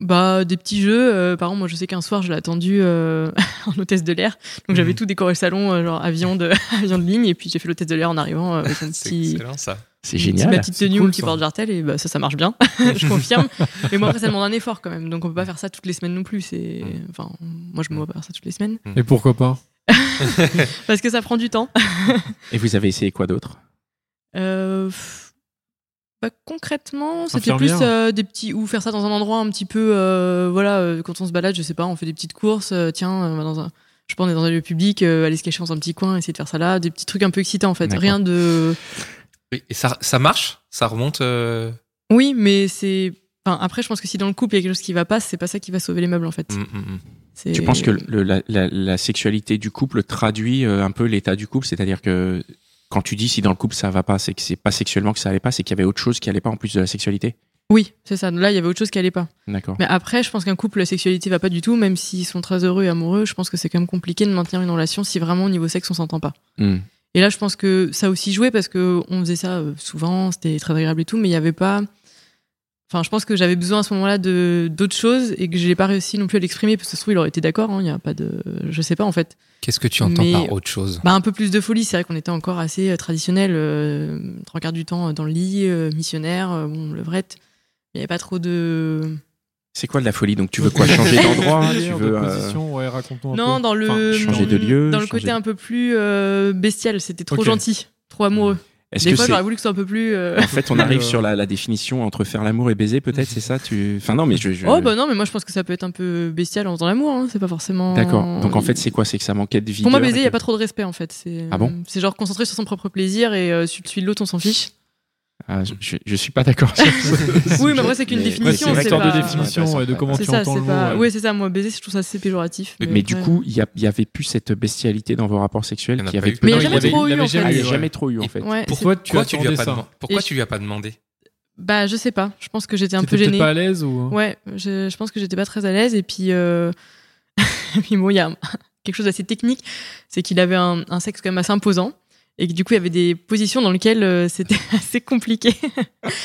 S4: bah des petits jeux. Euh, par exemple, moi, je sais qu'un soir, je l'ai attendu euh, en hôtesse de l'air. Donc j'avais
S2: Mhm.
S4: tout décoré le salon, euh, genre avion de avion de ligne. Et puis j'ai fait l'hôtesse de l'air en arrivant euh, avec un
S2: C'est
S4: petit.
S2: excellent ça.
S1: C'est
S4: Une petite-
S1: génial.
S4: ma petite tenue, mon petit porte-jartel, et bah, ça, ça marche bien, je confirme. Mais moi, après, ça demande un effort quand même, donc on peut pas faire ça toutes les semaines non plus. C'est,
S2: Mm.
S4: enfin, moi, je me vois pas faire ça toutes les semaines
S3: Et pourquoi pas
S4: parce que ça prend du temps.
S1: Et vous avez essayé quoi d'autre
S4: Euh, pff, bah, concrètement, c'était plus
S3: Infirmière.
S4: euh, des petits ou faire ça dans un endroit un petit peu, euh, voilà, euh, quand on se balade, je sais pas, on fait des petites courses. euh, tiens, on va dans un, je pense, on est dans un lieu public, euh, aller se cacher dans un petit coin, essayer de faire ça là, des petits trucs un peu excitants en fait,
S1: D'accord.
S4: rien de.
S2: Oui, Et ça, ça marche, ça remonte. euh,
S4: Oui, mais c'est. Enfin, après, je pense que si dans le couple il y a quelque chose qui va pas, c'est pas ça qui va sauver les meubles en fait.
S2: mm, mm, mm.
S4: C'est-
S1: Tu penses que le- la, la- la sexualité du couple traduit euh, un peu l'état du couple, c'est-à-dire que quand tu dis si dans le couple ça va pas, c'est que c'est pas sexuellement que ça allait pas, c'est qu'il y avait autre chose qui allait pas en plus de la sexualité.
S4: Oui, c'est ça. Là, il y avait autre chose qui allait pas.
S1: D'accord.
S4: Mais après, je pense qu'un couple, la sexualité va pas du tout, même s'ils sont très heureux et amoureux. Je pense que c'est quand même compliqué de maintenir une relation si vraiment au niveau sexe on s'entend pas.
S1: Hmm.
S4: Et là, je pense que ça a aussi joué parce que on faisait ça euh, souvent, c'était très agréable et tout, mais il y avait pas. Enfin, je pense que j'avais besoin à ce moment-là de d'autres choses et que je n'ai pas réussi non plus à l'exprimer parce que ça se trouve il aurait été d'accord. hein, Il y a pas de, je sais pas en fait.
S2: Qu'est-ce que tu entends
S4: Mais-
S2: par autre chose
S4: Bah, un peu plus de folie, c'est vrai qu'on était encore assez euh, traditionnel, euh, trois quarts du temps euh, dans le lit, euh, missionnaire, euh, bon, levrette. Il n'y avait pas trop de.
S1: C'est quoi de la folie Donc tu veux quoi Changer d'endroit Tu veux
S3: de
S1: euh,
S3: position, ouais, raconte-nous un
S4: Non,
S3: peu.
S4: dans le.
S3: Enfin,
S1: changer
S4: dans
S1: de
S4: le-
S1: lieu,
S4: Dans le
S1: changer
S4: côté
S1: de-
S4: un peu plus euh, bestial, c'était trop
S3: Ok.
S4: gentil, trop amoureux.
S1: Est-ce
S4: Des
S1: que
S4: fois,
S1: c'est-
S4: j'aurais voulu que ce soit un peu plus. euh,
S1: En fait, on arrive
S3: Euh,
S1: sur la, la définition entre faire l'amour et baiser, peut-être, c'est ça tu... Enfin, non, mais je. je-
S4: Oh bah non, mais moi je pense que ça peut être un peu bestial en faisant l'amour, hein, c'est pas forcément.
S1: D'accord. Donc en fait, c'est quoi C'est que ça manquait de vie.
S4: Pour moi, baiser, il n'y a pas trop de respect en fait. C'est, euh,
S1: Ah bon
S4: C'est genre concentré sur son propre plaisir et euh, celui de l'autre, on s'en fiche.
S1: Ah, je, je- je suis pas d'accord sur ce
S4: Oui, mais après, c'est qu'une
S1: Mais-
S3: Ouais,
S4: définition,
S3: c'est une
S4: c'est
S3: histoire
S4: pas-
S3: de définition et de comment
S4: c'est
S3: Oh, tu
S4: ça,
S3: entends
S4: c'est
S3: le
S4: pas.
S3: mot.
S4: Ouais, c'est ça, moi baiser, je trouve ça assez péjoratif.
S2: Mm.
S1: Mais du
S4: ouais.
S1: coup, il y, a- il y avait plus cette bestialité dans vos rapports
S2: Il y
S1: sexuels
S2: en a
S1: qui
S2: pas
S1: avait
S2: eu.
S1: peu
S4: Mais il y a
S3: Non,
S4: jamais
S3: l'avait-
S4: trop eu,
S3: il l'avait
S4: en fait.
S3: jamais
S1: Ah, il y a
S3: ouais.
S1: jamais trop eu en fait.
S4: Ouais,
S3: Pourquoi tu
S2: Pourquoi tu lui as
S3: attendais
S2: pas
S3: ça
S2: demandé- Pourquoi
S4: Et-
S2: tu lui as pas demandé
S4: c'est- Bah, je sais pas. Je pense que j'étais un peu
S3: T'étais peut-être
S4: gênée.
S3: pas à l'aise ou
S4: Ouais, je, je pense que j'étais pas très à l'aise. Et puis, euh... et puis bon, il y a un- quelque chose d'assez technique, c'est qu'il avait un, un sexe quand même assez imposant. Et que du coup, il y avait des positions dans lesquelles euh, c'était assez compliqué.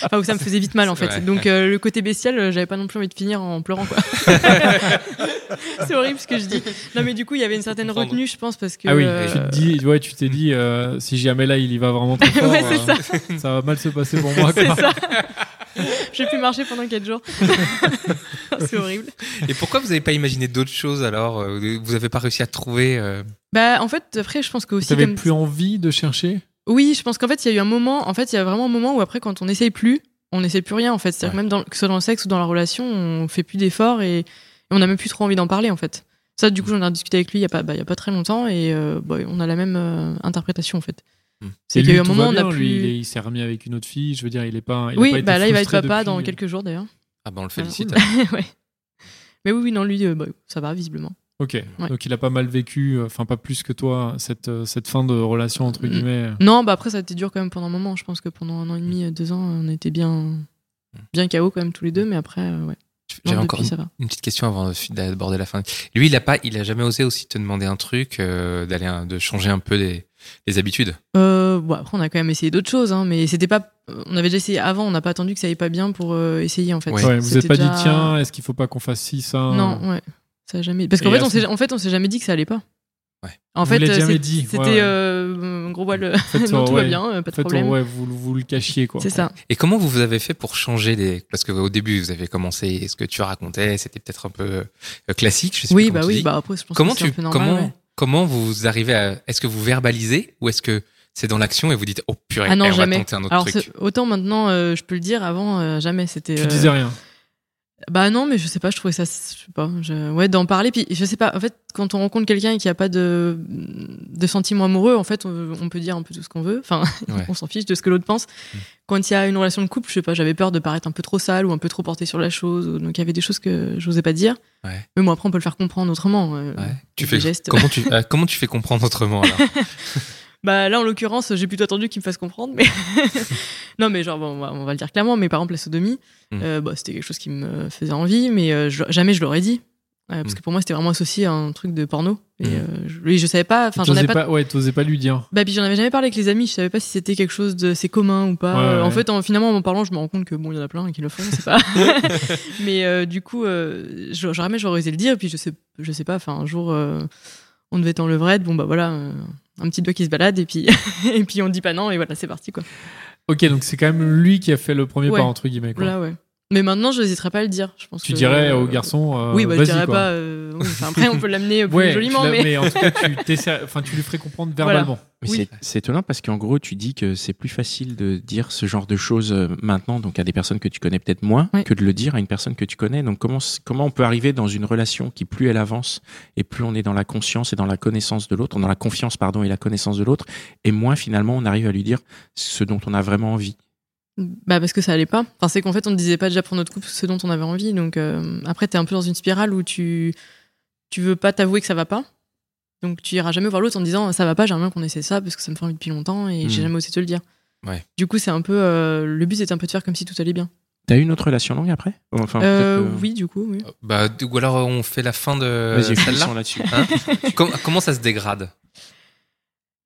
S4: enfin, où ça me faisait vite mal, en fait.
S2: Ouais.
S4: Donc, euh, le côté bestial, euh, j'avais pas non plus envie de finir en pleurant, quoi. c'est horrible ce que je dis. Non, mais du coup, il y avait une certaine
S2: comprendre.
S4: retenue, je pense, parce que.
S3: Ah oui,
S4: euh,
S3: tu te dis, ouais, tu t'es dit, euh, si jamais là il y va vraiment trop fort,
S4: Ouais, c'est ça.
S3: euh, ça va mal se passer pour moi.
S4: C'est
S3: quoi.
S4: ça. J'ai pu marcher pendant 4 jours. c'est horrible.
S2: Et pourquoi vous n'avez pas imaginé d'autres choses alors euh, Vous n'avez pas réussi à trouver euh,
S4: Bah, en fait, après, je pense que aussi.
S3: T'avais
S4: comme-
S3: plus envie de chercher
S4: Oui, je pense qu'en fait, il y a eu un moment, en fait, il y a vraiment un moment où après, quand on n'essaye plus, on n'essaye plus rien, en fait. C'est-à-dire que même dans, que ce soit dans le sexe ou dans la relation, on fait plus d'efforts et, et on n'a même plus trop envie d'en parler, en fait. Ça, du coup, j'en ai discuté avec lui il n'y a, pas- bah, il y a pas très longtemps et euh, bah, on a la même euh, interprétation, en fait.
S2: Hmm.
S4: C'est
S3: Et
S4: qu'il y a eu
S3: lui,
S4: un
S3: tout
S4: moment,
S3: va
S4: on
S3: bien,
S4: a plus.
S3: lui, il est- il s'est remis avec une autre fille, je veux dire, il est pas. il a
S4: oui,
S3: pas été
S4: bah là, il va être
S3: frustré
S4: papa
S3: depuis. euh,
S4: dans quelques jours, d'ailleurs.
S2: Ah ben on le félicite.
S4: ouais. Mais oui, oui, non, lui, euh, bah, ça va, visiblement.
S3: Ok, donc il a pas mal vécu, euh, enfin pas plus que toi, cette, euh, cette fin de relation entre
S4: Mm.
S3: guillemets.
S4: Non, bah après, ça a été dur quand même pendant un moment. Je pense que pendant un an et demi,
S3: Hmm.
S4: euh, deux ans, on était bien, bien KO quand même tous les deux, mais après, euh, ouais. Non,
S2: J'avais
S4: depuis,
S2: encore une,
S4: ça va.
S2: une petite question avant d'aborder la fin. Lui, il a pas, il a jamais osé aussi te demander un truc, euh, d'aller, un- de changer un peu des, des habitudes.
S4: Euh, bon, après, on a quand même essayé d'autres choses, hein, mais c'était pas. euh, On avait déjà essayé avant, on n'a pas attendu que ça aille pas bien pour euh, essayer en fait.
S2: Ouais.
S3: Ouais, vous
S4: C'était
S3: n'êtes pas
S4: déjà-
S3: dit, tiens, euh, est-ce qu'il faut pas qu'on fasse ci, ça
S4: Non, ouais. Ça a jamais. Parce qu'en
S3: Et
S4: fait,
S3: à
S4: on
S3: ce-
S4: s'est en fait, on s'est jamais dit que ça allait pas.
S2: Ouais.
S4: En
S3: Vous
S4: fait,
S3: l'avez
S4: euh,
S3: jamais
S4: c'est-
S3: dit, ouais,
S4: C'était
S3: ouais.
S4: euh, un gros voile.
S3: En fait,
S4: non, tout
S3: ouais,
S4: va bien, euh, pas
S3: En
S4: de
S3: fait,
S4: problème.
S3: ouais, vous, vous le cachiez quoi.
S4: C'est ça.
S2: Et comment vous avez fait pour changer les Parce que au début, vous avez commencé ce que tu racontais, c'était peut-être un peu euh, classique. Je sais plus
S4: Oui,
S2: comment
S4: bah
S2: tu
S4: oui,
S2: dis.
S4: bah après, je pense
S2: comment
S4: que c'est un
S2: tu,
S4: peu normal.
S2: comment,
S4: ouais.
S2: comment vous arrivez à Est-ce que vous verbalisez ou est-ce que c'est dans l'action et vous dites oh purée,
S4: Ah non,
S2: eh, on
S4: jamais.
S2: va tenter un autre
S4: Alors,
S2: truc.
S4: c'est- autant maintenant, euh, je peux le dire, avant, euh, jamais. C'était.
S3: Tu
S4: euh,
S3: disais rien.
S4: Bah non, mais je sais pas, je trouvais ça, je sais pas, je- ouais, d'en parler. Puis je sais pas, en fait, quand on rencontre quelqu'un et qu'il n'y a pas de, de sentiments amoureux, en fait, on, on peut dire un peu tout ce qu'on veut. Enfin,
S2: Ouais. Mm.
S4: on s'en fiche de ce que l'autre pense. Quand il y a une relation de couple, je sais pas, j'avais peur de paraître un peu trop sale ou un peu trop portée sur la chose. ou- Donc il y avait des choses que je n'osais pas dire.
S2: Ouais.
S4: Mais bon, après, on peut le faire comprendre autrement. euh,
S2: Ouais. Tu
S4: des
S2: fais
S4: gestes.
S2: comment tu euh, comment tu fais comprendre autrement alors
S4: Bah là, en l'occurrence, j'ai plutôt attendu qu'il me fasse comprendre. Mais non, mais genre, bon, on va- on va le dire clairement. Mais par exemple, la sodomie,
S2: Mm.
S4: euh, bah, c'était quelque chose qui me faisait envie, mais euh, je- jamais je l'aurais dit. Euh, parce
S2: Mm.
S4: que pour moi, c'était vraiment associé à un truc de porno. Et
S2: Mm.
S4: euh, je, oui, je savais pas. Enfin, j'en
S3: T'osais
S4: avais pas.
S3: pas... Ouais, t'osais pas lui dire.
S4: Bah, puis j'en avais jamais parlé avec les amis. Je savais pas si c'était quelque chose de c'est commun ou pas.
S3: Ouais,
S4: Euh, En
S3: ouais.
S4: fait, en, finalement, en en parlant, je me rends compte que bon, il y en a plein qui le font. C'est pas. mais euh, du coup, euh, je- jamais j'aurais osé le dire. Puis je sais, je sais pas. Enfin, un jour, euh, on devait être en levrette. Bon, bah voilà, euh, un petit doigt qui se balade et puis et puis on dit pas non et voilà, c'est parti quoi.
S3: Ok, donc c'est quand même lui qui a fait le premier
S4: Ouais.
S3: pas entre guillemets. Quoi.
S4: Voilà, ouais. Mais maintenant, je n'hésiterais pas à le dire. Je pense
S3: Tu
S4: que-
S3: dirais au garçon. euh,
S4: oui, bah, je
S3: vas-y,
S4: dirais
S3: quoi.
S4: pas. euh, oui, enfin, après, on peut l'amener plus
S3: Ouais, tu
S4: joliment,
S3: l'as-
S4: mais.
S3: en tout cas, tu, t'essaies- enfin, tu lui ferais comprendre
S4: Voilà.
S3: verbalement.
S1: Mais
S4: Oui.
S1: c'est- c'est étonnant parce qu'en gros, tu dis que c'est plus facile de dire ce genre de choses euh, maintenant, donc à des personnes que tu connais peut-être moins,
S4: Oui.
S1: que de le dire à une personne que tu connais. Donc comment, s- comment on peut arriver dans une relation qui, plus elle avance et plus on est dans la conscience et dans la connaissance de l'autre, dans la confiance, pardon, et la connaissance de l'autre, et moins finalement on arrive à lui dire ce dont on a vraiment envie.
S4: Bah, parce que ça allait pas. Enfin, c'est qu'en fait, on ne disait pas déjà pour notre couple ce dont on avait envie. Donc, euh, après, t'es un peu dans une spirale où tu. Tu veux pas t'avouer que ça va pas. Donc, tu iras jamais voir l'autre en disant ça va pas, j'aimerais bien qu'on essaie ça parce que ça me fait envie depuis longtemps et j'ai
S1: Hmm.
S4: jamais osé te le dire.
S2: Ouais.
S4: Du coup, c'est un peu. euh, le but, c'est un peu de faire comme si tout allait bien.
S1: T'as eu une autre relation longue après Enfin,
S4: Euh,
S1: peut-être, euh,
S4: Oui, du coup, oui.
S2: Bah ou alors on fait la fin de
S1: Vas-y,
S2: Euh, celle-là.
S1: finissons là-dessus.
S2: Hein Com- comment ça se dégrade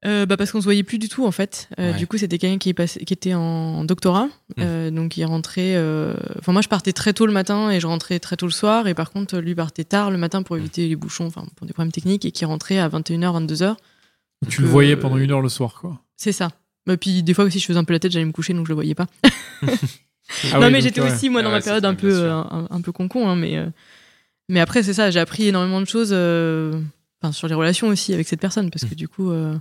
S4: Euh, bah parce qu'on se voyait plus du tout en fait. Euh,
S2: Ouais.
S4: Du coup, c'était quelqu'un qui, est passé- qui était en doctorat, Euh, donc il rentrait. euh, Enfin, moi, je partais très tôt le matin et je rentrais très tôt le soir. Et par contre, lui partait tard le matin pour éviter les bouchons, enfin pour des problèmes techniques, et qui rentrait à 21h, 22h.
S3: Tu le voyais pendant une heure le soir, quoi.
S4: C'est ça. Et puis des fois aussi, je faisais un peu la tête, j'allais me coucher, donc je le voyais pas.
S3: Ah
S4: non,
S3: oui,
S4: mais
S3: donc,
S4: j'étais
S3: ouais.
S4: aussi moi dans
S2: Ah
S4: ma
S2: ouais, c'est
S4: période
S2: ça,
S4: un
S2: bien
S4: peu
S2: sûr.
S4: euh, un, un peu concon, hein, mais euh, mais après c'est ça. J'ai
S2: Mm.
S4: appris énormément de choses, euh, enfin sur les relations aussi avec cette personne, parce que du coup. euh,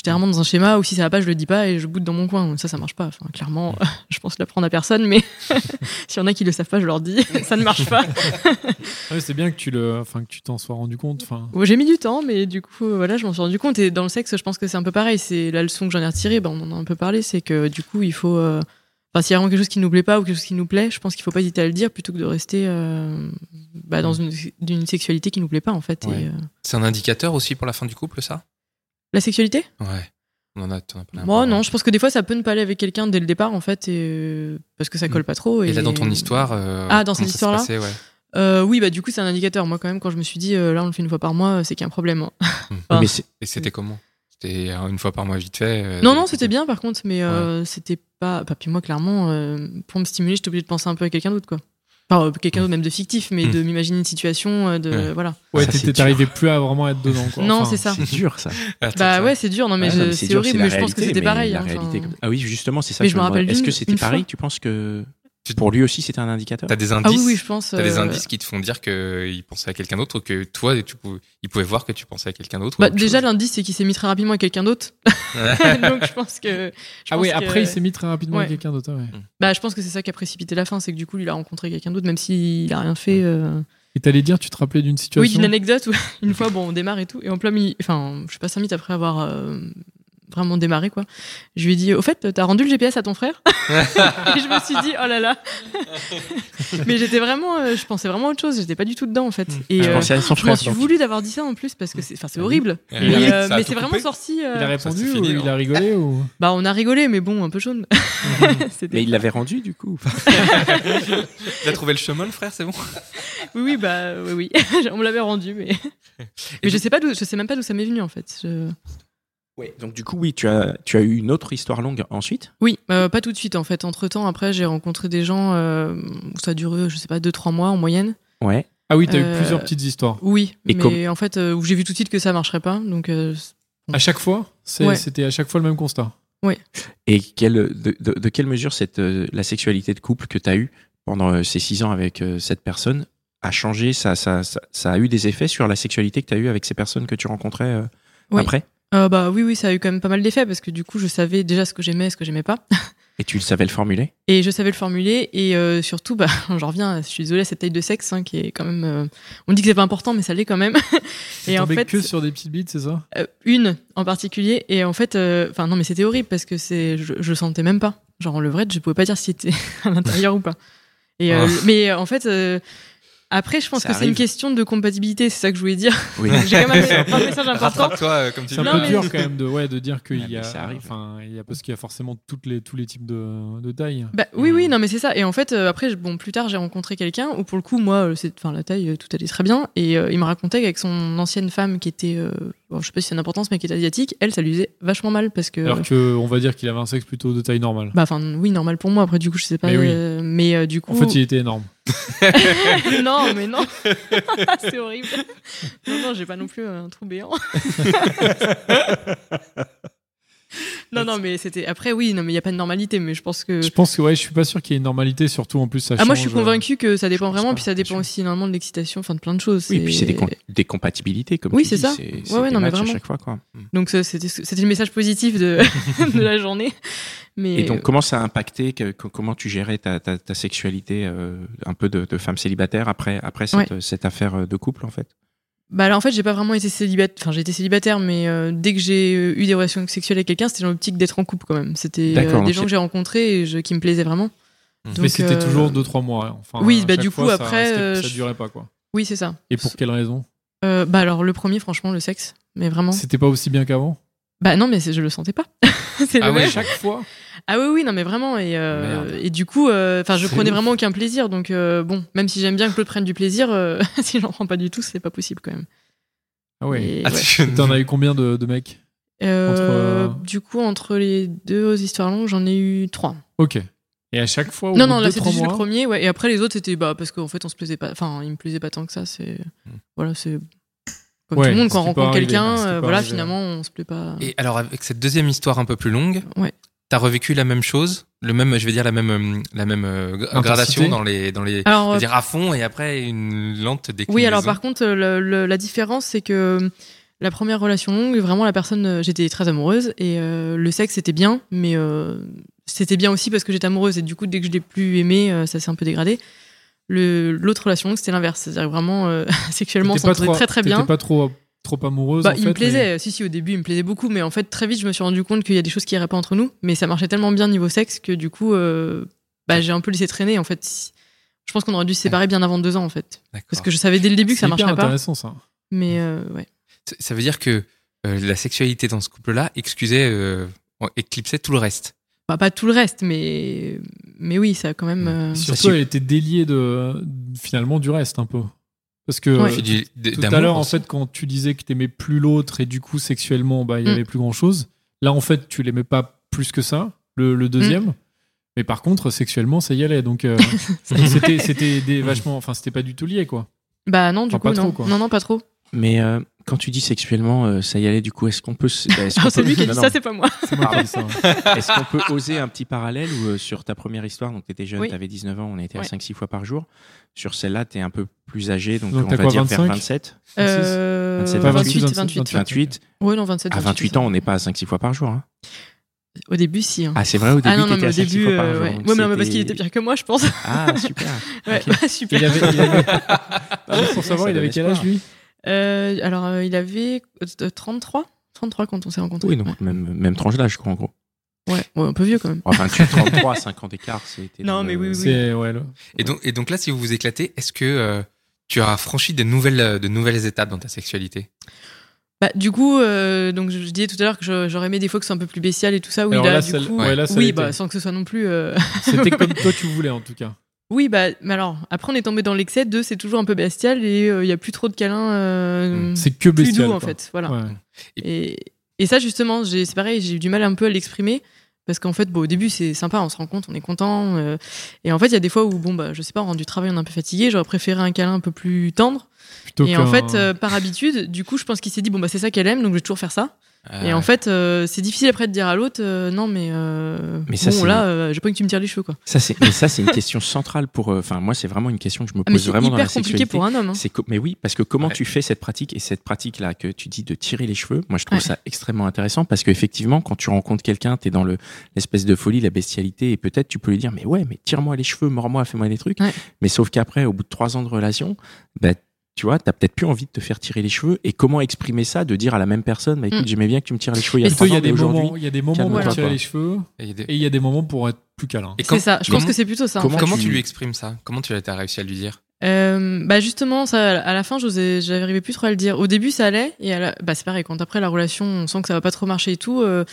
S4: J'étais vraiment dans un schéma où si ça va pas, je le dis pas et je boude dans mon coin. Ça, ça marche pas. Enfin, clairement,
S2: Mm.
S4: je pense l'apprendre à personne, mais s'il y en a qui le savent pas, je leur dis, ça ne marche pas.
S3: Ah Ouais, c'est bien que tu le, enfin que tu t'en sois rendu compte. Enfin,
S4: Ouais, J'ai mis du temps, mais du coup, euh, voilà, je m'en suis rendu compte. Et dans le sexe, je pense que c'est un peu pareil. C'est la leçon que j'en ai retirée. Ben, on en a un peu parlé. C'est que du coup, il faut. euh, Enfin, s'il y a vraiment quelque chose qui nous plaît pas ou quelque chose qui nous plaît, je pense qu'il faut pas hésiter à le dire plutôt que de rester euh, bah, dans une, d'une sexualité qui nous plaît pas, en fait.
S2: Ouais.
S4: Et, euh,
S2: C'est un indicateur aussi pour la fin du couple, ça
S4: La sexualité
S2: Ouais. On en a, t'en as parlé un
S4: Moi,
S2: peu
S4: non,
S2: avant.
S4: je pense que des fois, ça peut ne pas aller avec quelqu'un dès le départ, en fait, et, euh, parce que ça colle pas trop. Et,
S2: Mm. Et là, dans ton histoire. euh,
S4: Ah,
S2: comment
S4: dans cette
S2: ça
S4: histoire-là
S2: s'est passé, ouais.
S4: Euh, Oui, bah du coup, c'est un indicateur. Moi, quand même, quand je me suis dit, euh, là, on le fait une fois par mois, c'est qu'il y a un problème. hein.
S1: Mais c'est-
S2: Et c'était comment C'était euh, une fois par mois, vite fait. euh,
S4: Mm. Non, non, c'était bien, par contre, mais euh, c'était pas. Bah, puis moi, clairement, euh, pour me stimuler, j'étais obligée de penser un peu à quelqu'un d'autre, quoi. Enfin, euh, quelqu'un d'autre, même de fictif, mais
S2: Mm.
S4: de m'imaginer une situation, euh, de.
S2: Ouais.
S4: Voilà.
S3: ouais,
S1: Ah, Ça, c'est
S3: t'étais
S1: dur.
S3: arrivé plus à vraiment être dedans. Quoi.
S4: non,
S3: Enfin,
S4: c'est ça.
S1: c'est dur ça.
S2: Attends,
S4: Bah
S2: ça-
S4: ouais, c'est dur, non, mais
S1: Ah,
S4: je-
S1: non, mais
S4: c'est
S1: dur,
S4: horrible,
S1: la
S4: mais je pense que
S1: réalité,
S4: c'était
S1: mais
S4: pareil.
S1: la
S4: hein,
S1: réalité
S4: enfin.
S1: comme- Ah oui, justement, c'est ça.
S4: Mais
S1: que
S4: je me
S1: demandais.
S4: rappelle
S1: Est-ce
S4: d'une-
S1: que c'était
S4: une fois.
S1: pareil Tu penses que
S2: Tu-
S1: pour lui aussi c'était un indicateur
S2: T'as des
S4: Ah
S2: indices
S4: oui, oui, je pense.
S2: T'as des
S4: euh,
S2: indices qui te font dire qu'il pensait à quelqu'un d'autre ou que toi, tu pouvais, il pouvait voir que tu pensais à quelqu'un d'autre. ou
S4: Bah,
S2: autre
S4: déjà,
S2: chose.
S4: l'indice, c'est qu'il s'est mis très rapidement à quelqu'un d'autre. Donc, je pense que. je
S3: Ah oui,
S4: pense que-
S3: après il s'est mis très rapidement
S4: Ouais.
S3: avec quelqu'un d'autre. ouais.
S4: Bah, je pense que c'est ça qui a précipité la fin, c'est que du coup, lui, il a rencontré quelqu'un d'autre, même s'il a rien fait. euh,
S3: Et t'allais dire, tu te rappelais d'une situation.
S4: Oui, d'une anecdote où une fois, bon, on démarre et tout, et en plein milieu, enfin, je suis pas cinq minutes après avoir euh, vraiment démarré, quoi. Je lui ai dit, au fait, t'as rendu le GPS à ton frère Et je me suis dit, oh là là. Mais j'étais vraiment, euh, je pensais vraiment à autre chose, j'étais pas du tout dedans, en fait. Et
S1: Je
S4: euh,
S1: pensais à son
S4: je m'en
S1: frère.
S4: suis
S1: donc.
S4: voulu d'avoir dit ça en plus, parce que c'est, enfin, c'est
S2: Ah oui.
S4: horrible.
S2: Et
S3: Il
S4: Mais,
S2: arrête,
S4: euh,
S2: ça a
S4: mais
S2: tout
S4: c'est vraiment
S2: coupé
S4: sorti. euh,
S3: Il a
S2: Ça,
S3: répondu
S2: c'est
S3: ou
S2: fini,
S3: il
S2: hein.
S3: a rigolé ou
S4: Bah, on a rigolé, mais bon, un peu jaune. C'était-
S1: Mais il l'avait rendu du coup.
S2: T'as trouvé le chemin, le frère, c'est bon
S4: Oui, oui, bah, oui, oui. on me l'avait rendu, mais. mais je sais pas d'où, je sais même pas d'où ça m'est venu en fait. Je-
S1: Donc du coup oui, tu as tu as eu une autre histoire longue ensuite.
S4: Oui, euh, pas tout de suite en fait. Entre temps, après, j'ai rencontré des gens euh, où ça a duré, je sais pas, 2-3 mois en moyenne.
S1: Ouais.
S3: Ah oui, t'as eu
S4: Euh,
S3: plusieurs petites histoires.
S4: Oui,
S1: Et
S4: mais
S1: comme-
S4: en fait, euh, où j'ai vu tout de suite que ça marcherait pas. Donc, euh, c'est-
S3: À chaque fois, c'est-
S4: Ouais.
S3: c'était à chaque fois le même constat.
S1: Et quelle, de, de- de quelle mesure cette, euh, la sexualité de couple que tu as eue pendant euh, ces six ans avec euh, cette personne a changé ça, ça, ça, ça a eu des effets sur la sexualité que tu as eue avec ces personnes que tu rencontrais euh,
S4: Oui.
S1: après
S4: euh, bah oui, oui, ça a eu quand même pas mal d'effets parce que du coup, je savais déjà ce que j'aimais, ce que j'aimais pas.
S1: Et tu le savais le formuler
S4: Et je savais le formuler. Et euh, surtout, bah, j'en reviens, à- je suis désolée à cette taille de sexe hein, qui est quand même. euh, on dit que c'est pas important, mais ça l'est quand même.
S3: T'es tombé que sur des petites bites, c'est ça
S4: Euh, une en particulier et en fait euh, enfin non mais c'était horrible parce que c'est je, je le sentais même pas genre en levrette je pouvais pas dire si c'était à l'intérieur ou pas et euh,
S2: Ah.
S4: mais euh, en fait euh, après je pense
S1: Oh. Ça
S4: que c'est une
S1: arrive.
S4: question de compatibilité c'est ça que je voulais dire
S1: Oui.
S4: j'ai quand même un message important
S2: Rattrape-toi, euh, comme tu
S3: C'est un
S4: Non,
S3: peu
S4: mais-
S3: dur quand même de, ouais, de dire qu'il
S1: Ah,
S3: y
S1: mais
S3: a,
S1: ça arrive.
S3: enfin, il y a parce qu'il y a forcément toutes les, tous les types de, de tailles.
S4: bah oui
S1: Mm.
S4: oui non mais c'est ça et en fait euh, après je- bon plus tard j'ai rencontré quelqu'un où pour le coup moi euh, c'est enfin la taille euh, tout allait très bien et euh, il me racontait qu'avec son ancienne femme qui était euh, bon, je sais pas si c'est une importance mais qui était asiatique elle ça lui faisait vachement mal parce que
S3: Alors que, on va dire qu'il avait un sexe plutôt de taille normale.
S4: bah enfin oui normal pour moi après du coup je sais pas
S3: Mais oui.
S4: euh, mais euh, du coup
S3: En fait, il était énorme.
S4: non, mais non. c'est horrible. Non, non, j'ai pas non plus euh, un trou béant. non, non, mais c'était. Après, oui, non, mais il y a pas de normalité, mais je pense que.
S3: Je pense que, ouais, je suis pas sûr qu'il y ait une normalité, surtout en plus ça
S4: Euh. Ah, moi, je
S3: change, euh,
S4: suis convaincue que ça dépend
S1: euh, pense
S4: vraiment,
S1: pas,
S4: puis ça
S1: bien
S4: dépend
S1: sûr.
S4: aussi énormément de l'excitation, enfin de plein de choses.
S1: Oui, et puis c'est des, com- des compatibilités, comme
S4: Oui,
S1: tu
S4: c'est
S1: dis,
S4: ça.
S1: C'est
S4: Ouais,
S1: c'est
S4: ouais,
S1: des
S4: non, mais
S1: matchs à
S4: vraiment.
S1: chaque fois. Quoi.
S4: Donc, ça, c'était c'était le message positif de, de la journée. Mais
S1: Et donc, comment ça a impacté que- que- Comment tu gérais ta, ta, ta sexualité euh, un peu de, de femme célibataire après, après cette, cette affaire euh, de couple, en fait
S4: Bah là, en fait, j'ai pas vraiment été célibataire. Enfin, j'ai été célibataire, mais euh, dès que j'ai euh, eu des relations sexuelles avec quelqu'un, c'était dans l'optique d'être en couple quand même. C'était euh,
S1: D'accord,
S4: des
S1: donc
S4: gens
S1: c'est-
S4: que j'ai rencontrés et je- qui me plaisaient vraiment.
S2: Mais
S3: Mmh. Mais
S4: Donc,
S3: c'était
S4: euh,
S3: toujours 2-3 mois. hein. Enfin,
S4: oui,
S3: à
S4: bah,
S3: chaque
S4: du
S3: fois,
S4: coup,
S3: ça
S4: après,
S3: restait-
S4: euh,
S3: ça
S4: je-
S3: durait pas, quoi.
S4: Oui, c'est ça.
S3: Et pour quelle raison
S4: Euh, bah alors, le premier, franchement, le sexe. Mais vraiment.
S3: C'était pas aussi bien qu'avant
S4: Bah non, mais c'est- je le sentais pas. c'est
S2: Ah
S4: le
S2: ouais,
S4: même.
S3: Chaque fois
S4: Ah oui, oui, non, mais vraiment. Et, euh,
S2: Merde.
S4: et du coup, euh, enfin, je
S3: C'est
S4: prenais
S3: ouf.
S4: vraiment aucun plaisir. Donc euh, bon, même si j'aime bien que l'autre prenne du plaisir, euh, si j'en prends pas du tout, c'est pas possible quand même.
S3: Ah ouais.
S4: Et
S2: Ah,
S4: ouais.
S2: tu-
S3: T'en as eu combien de, de mecs
S4: Euh,
S3: entre-
S4: Du coup, entre les deux histoires longues, j'en ai eu trois.
S3: Ok. Et à chaque fois, au
S4: Non,
S3: bout
S4: non,
S3: de
S4: là
S3: deux,
S4: c'était
S3: trois
S4: juste le
S3: mois-
S4: premier, ouais. Et après les autres c'était bah parce qu'en fait on se plaisait pas, enfin il me plaisait pas tant que ça. C'est voilà, c'est comme
S3: Hmm. Ouais,
S4: tout le monde quand on
S3: c'était pas
S4: rencontre
S3: arrivé,
S4: quelqu'un,
S3: c'était
S4: euh,
S3: pas
S4: voilà
S3: arrivé.
S4: finalement on se plaît pas.
S2: Et alors, avec cette deuxième histoire un peu plus longue,
S4: Ouais.
S2: t'as revécu la même chose, le même, je vais dire la même, euh, la même euh, gra-
S3: Intensité.
S2: gradation dans les, dans les,
S4: Alors
S2: je
S4: euh,
S2: veux dire à fond et après une lente déclinaison.
S4: oui, alors par contre euh, le- le- la différence c'est que La première relation longue, vraiment, la personne, euh, j'étais très amoureuse et euh, le sexe, c'était bien, mais euh, c'était bien aussi parce que j'étais amoureuse et du coup, dès que je l'ai plus aimé, euh, ça s'est un peu dégradé. Le- L'autre relation longue, c'était l'inverse. C'est-à-dire vraiment, euh, sexuellement, on
S3: T'étais pas
S4: s'entendait
S3: trop-
S4: très très
S3: t'étais
S4: bien.
S3: pas trop, trop amoureuse.
S4: Bah,
S3: en
S4: il
S3: fait,
S4: me plaisait, si, si, au début, il me plaisait beaucoup, mais en fait, très vite, je me suis rendu compte qu'il y a des choses qui iraient pas entre nous, mais ça marchait tellement bien niveau sexe que du coup, euh, bah, j'ai un peu laissé traîner, en fait. Si- Je pense qu'on aurait dû se séparer bien avant deux ans, en fait. Parce que je savais dès le début
S3: mais
S4: que ça
S3: c'est hyper
S4: marcherait pas.
S3: intéressant ça.
S4: Mais euh, ouais.
S2: Ça- Ça veut dire que euh, la sexualité dans ce couple-là excusait, euh, éclipsait tout le reste.
S4: Bah, pas tout le reste, mais, mais oui, ça a quand même. euh,
S3: Surtout, elle était déliée de, finalement du reste un peu. Parce que
S4: Ouais.
S3: euh,
S2: Tu dis d-
S3: tout
S2: d'amour,
S3: à l'heure, en
S1: hein.
S2: aussi.
S3: fait, quand tu disais que t'aimais plus l'autre et du coup, sexuellement, bah, il
S4: Mm.
S3: y avait plus grand chose. Là, en fait, tu l'aimais pas plus que ça, le, le deuxième.
S4: Mm.
S3: Mais par contre, sexuellement, ça y allait. Donc, euh, c'était, c'était des vachement, enfin, c'était pas du tout lié, quoi.
S4: Bah non, du
S3: Enfin,
S4: coup,
S3: pas trop,
S4: non.
S3: quoi.
S4: non, non, pas trop.
S1: Mais euh, quand tu dis sexuellement, euh, ça y allait du coup, est-ce qu'on peut. s- bah, est-ce qu'on
S4: Ah, c'est
S1: peut-
S4: lui qui a
S1: Non,
S4: dit
S1: non.
S4: ça, c'est pas moi.
S3: C'est moi qui ai dit ça. hein.
S1: Est-ce qu'on peut oser un petit parallèle ou euh, sur ta première histoire Donc, tu étais jeune,
S4: Oui.
S1: tu avais 19 ans, on était à
S4: Ouais.
S1: 5-6 fois par jour. Sur celle-là, tu es un peu plus âgé, donc,
S3: Donc
S1: on
S3: t'as
S1: va
S3: quoi,
S1: dire vers
S3: 25?
S1: 27,
S3: Ah,
S4: Euh,
S1: 27,
S4: 28,
S3: 28,
S4: 28.
S1: 28.
S4: Ouais, non, 27.
S1: À 28 Ah, ans, on n'est pas à 5-6 fois par jour. hein.
S4: Au début, si. hein.
S1: Ah, c'est vrai, au début,
S4: Ah non, non,
S1: t'étais
S4: mais
S1: à
S4: au
S1: 5-6
S4: début.
S1: fois par
S4: euh,
S1: jour.
S4: ouais.
S1: donc
S4: Ouais, mais non, mais parce
S1: c'était-
S4: qu'il était pire que moi, je pense.
S1: Ah, super.
S4: Ouais,
S1: Ok.
S4: bah,
S3: Il
S4: super.
S3: avait, il avait- Ah, mais pour savoir,
S1: Ça
S3: il avait
S1: donne
S3: quel âge,
S1: espoir.
S3: lui
S4: Euh, alors, euh, il avait euh, 33 33 quand on s'est rencontrés.
S1: Oui, donc même, même tranche d'âge, je crois, en gros.
S4: Ouais, ouais, un peu vieux quand même.
S1: Enfin, tu 33, 5 ans d'écart, c'était.
S4: Non,
S1: dans
S4: mais
S1: le-
S4: oui, oui, oui.
S3: C'est, ouais, le-
S2: Et donc, et donc là, si vous vous éclatez, est-ce que euh, tu as franchi de nouvelles, euh, de nouvelles étapes dans ta sexualité
S4: Bah, du coup, euh, donc je, je disais tout à l'heure que je- j'aurais aimé des fois que ce soit un peu plus bestial et tout ça. Oui,
S3: Alors
S4: là,
S3: là,
S4: du
S3: celle-
S4: coup,
S3: ouais, là, ça
S4: oui,
S3: l'était.
S4: bah, sans que ce soit non plus. euh,
S3: C'était comme toi, tu voulais, en tout cas.
S4: Oui, bah, mais alors, après, on est tombé dans l'excès de c'est toujours un peu bestial et il n'y a plus trop de câlins. euh,
S3: Hmm, C'est que
S4: plus
S3: bestial.
S4: doux, en
S3: quoi.
S4: fait. Voilà.
S3: Ouais.
S4: Et, et ça, justement, j'ai- c'est pareil, j'ai eu du mal un peu à l'exprimer. Parce qu'en fait, bon, au début, c'est sympa, on se rend compte, on est content. euh, et en fait, il y a des fois où, bon, bah, je sais pas, on rend du travail, on est un peu fatigué, j'aurais préféré un câlin un peu plus tendre.
S3: Plutôt
S4: et en
S3: qu'un-
S4: fait, euh, par habitude, du coup, je pense qu'il s'est dit, bon, bah, c'est ça qu'elle aime, donc je vais toujours faire ça. et
S1: Ah
S2: Euh,
S4: en fait, euh, c'est difficile après de dire à l'autre, euh, non, mais, euh,
S1: Mais ça,
S4: bon,
S1: c'est-
S4: là, euh, j'ai pas envie que tu me tires les cheveux, quoi.
S1: Ça, c'est, mais ça, c'est une question centrale pour. euh, Enfin, moi, c'est vraiment une question que je me
S4: Ah, mais
S1: pose
S4: c'est
S1: vraiment dans la
S4: hyper compliqué
S1: sexualité.
S4: pour un homme. hein.
S1: C'est co- mais oui, parce que comment
S2: Ouais.
S1: tu fais cette pratique et cette pratique-là que tu dis de tirer les cheveux, moi je trouve
S4: Ouais.
S1: ça extrêmement intéressant parce qu'effectivement, quand tu rencontres quelqu'un, t'es dans le, l'espèce de folie, la bestialité et peut-être tu peux lui dire, mais ouais, mais tire-moi les cheveux, mords-moi, fais-moi des trucs.
S4: Ouais.
S1: Mais sauf qu'après, au bout de trois ans de relation, bah, tu vois, t'as peut-être plus envie de te faire tirer les cheveux et comment exprimer ça, de dire à la même personne, bah écoute,
S4: Mm.
S1: j'aimais bien que tu me tires les cheveux il y a
S4: Mais
S3: Plutôt,
S1: trois
S3: il y
S1: ans,
S3: a
S1: mais
S3: des
S1: aujourd'hui,
S3: moments, il y a des moments
S4: calme-toi,
S3: pour tirer
S1: quoi.
S3: les cheveux
S2: et il y a des-
S3: et il y a des moments pour être plus câlin.
S2: et
S4: C'est
S2: quand-
S4: ça, je
S2: comment-
S4: pense que c'est plutôt ça. en
S1: comment-
S2: Comment tu
S1: tu-
S2: lui exprimes ça Comment tu as t'as réussi à lui dire
S4: Euh, bah justement, ça, à la fin, j'osais, j'arrivais plus trop à le dire. Au début, ça allait, et à la- bah c'est pareil. Quand après la relation, on sent que ça va pas trop marcher et tout, euh,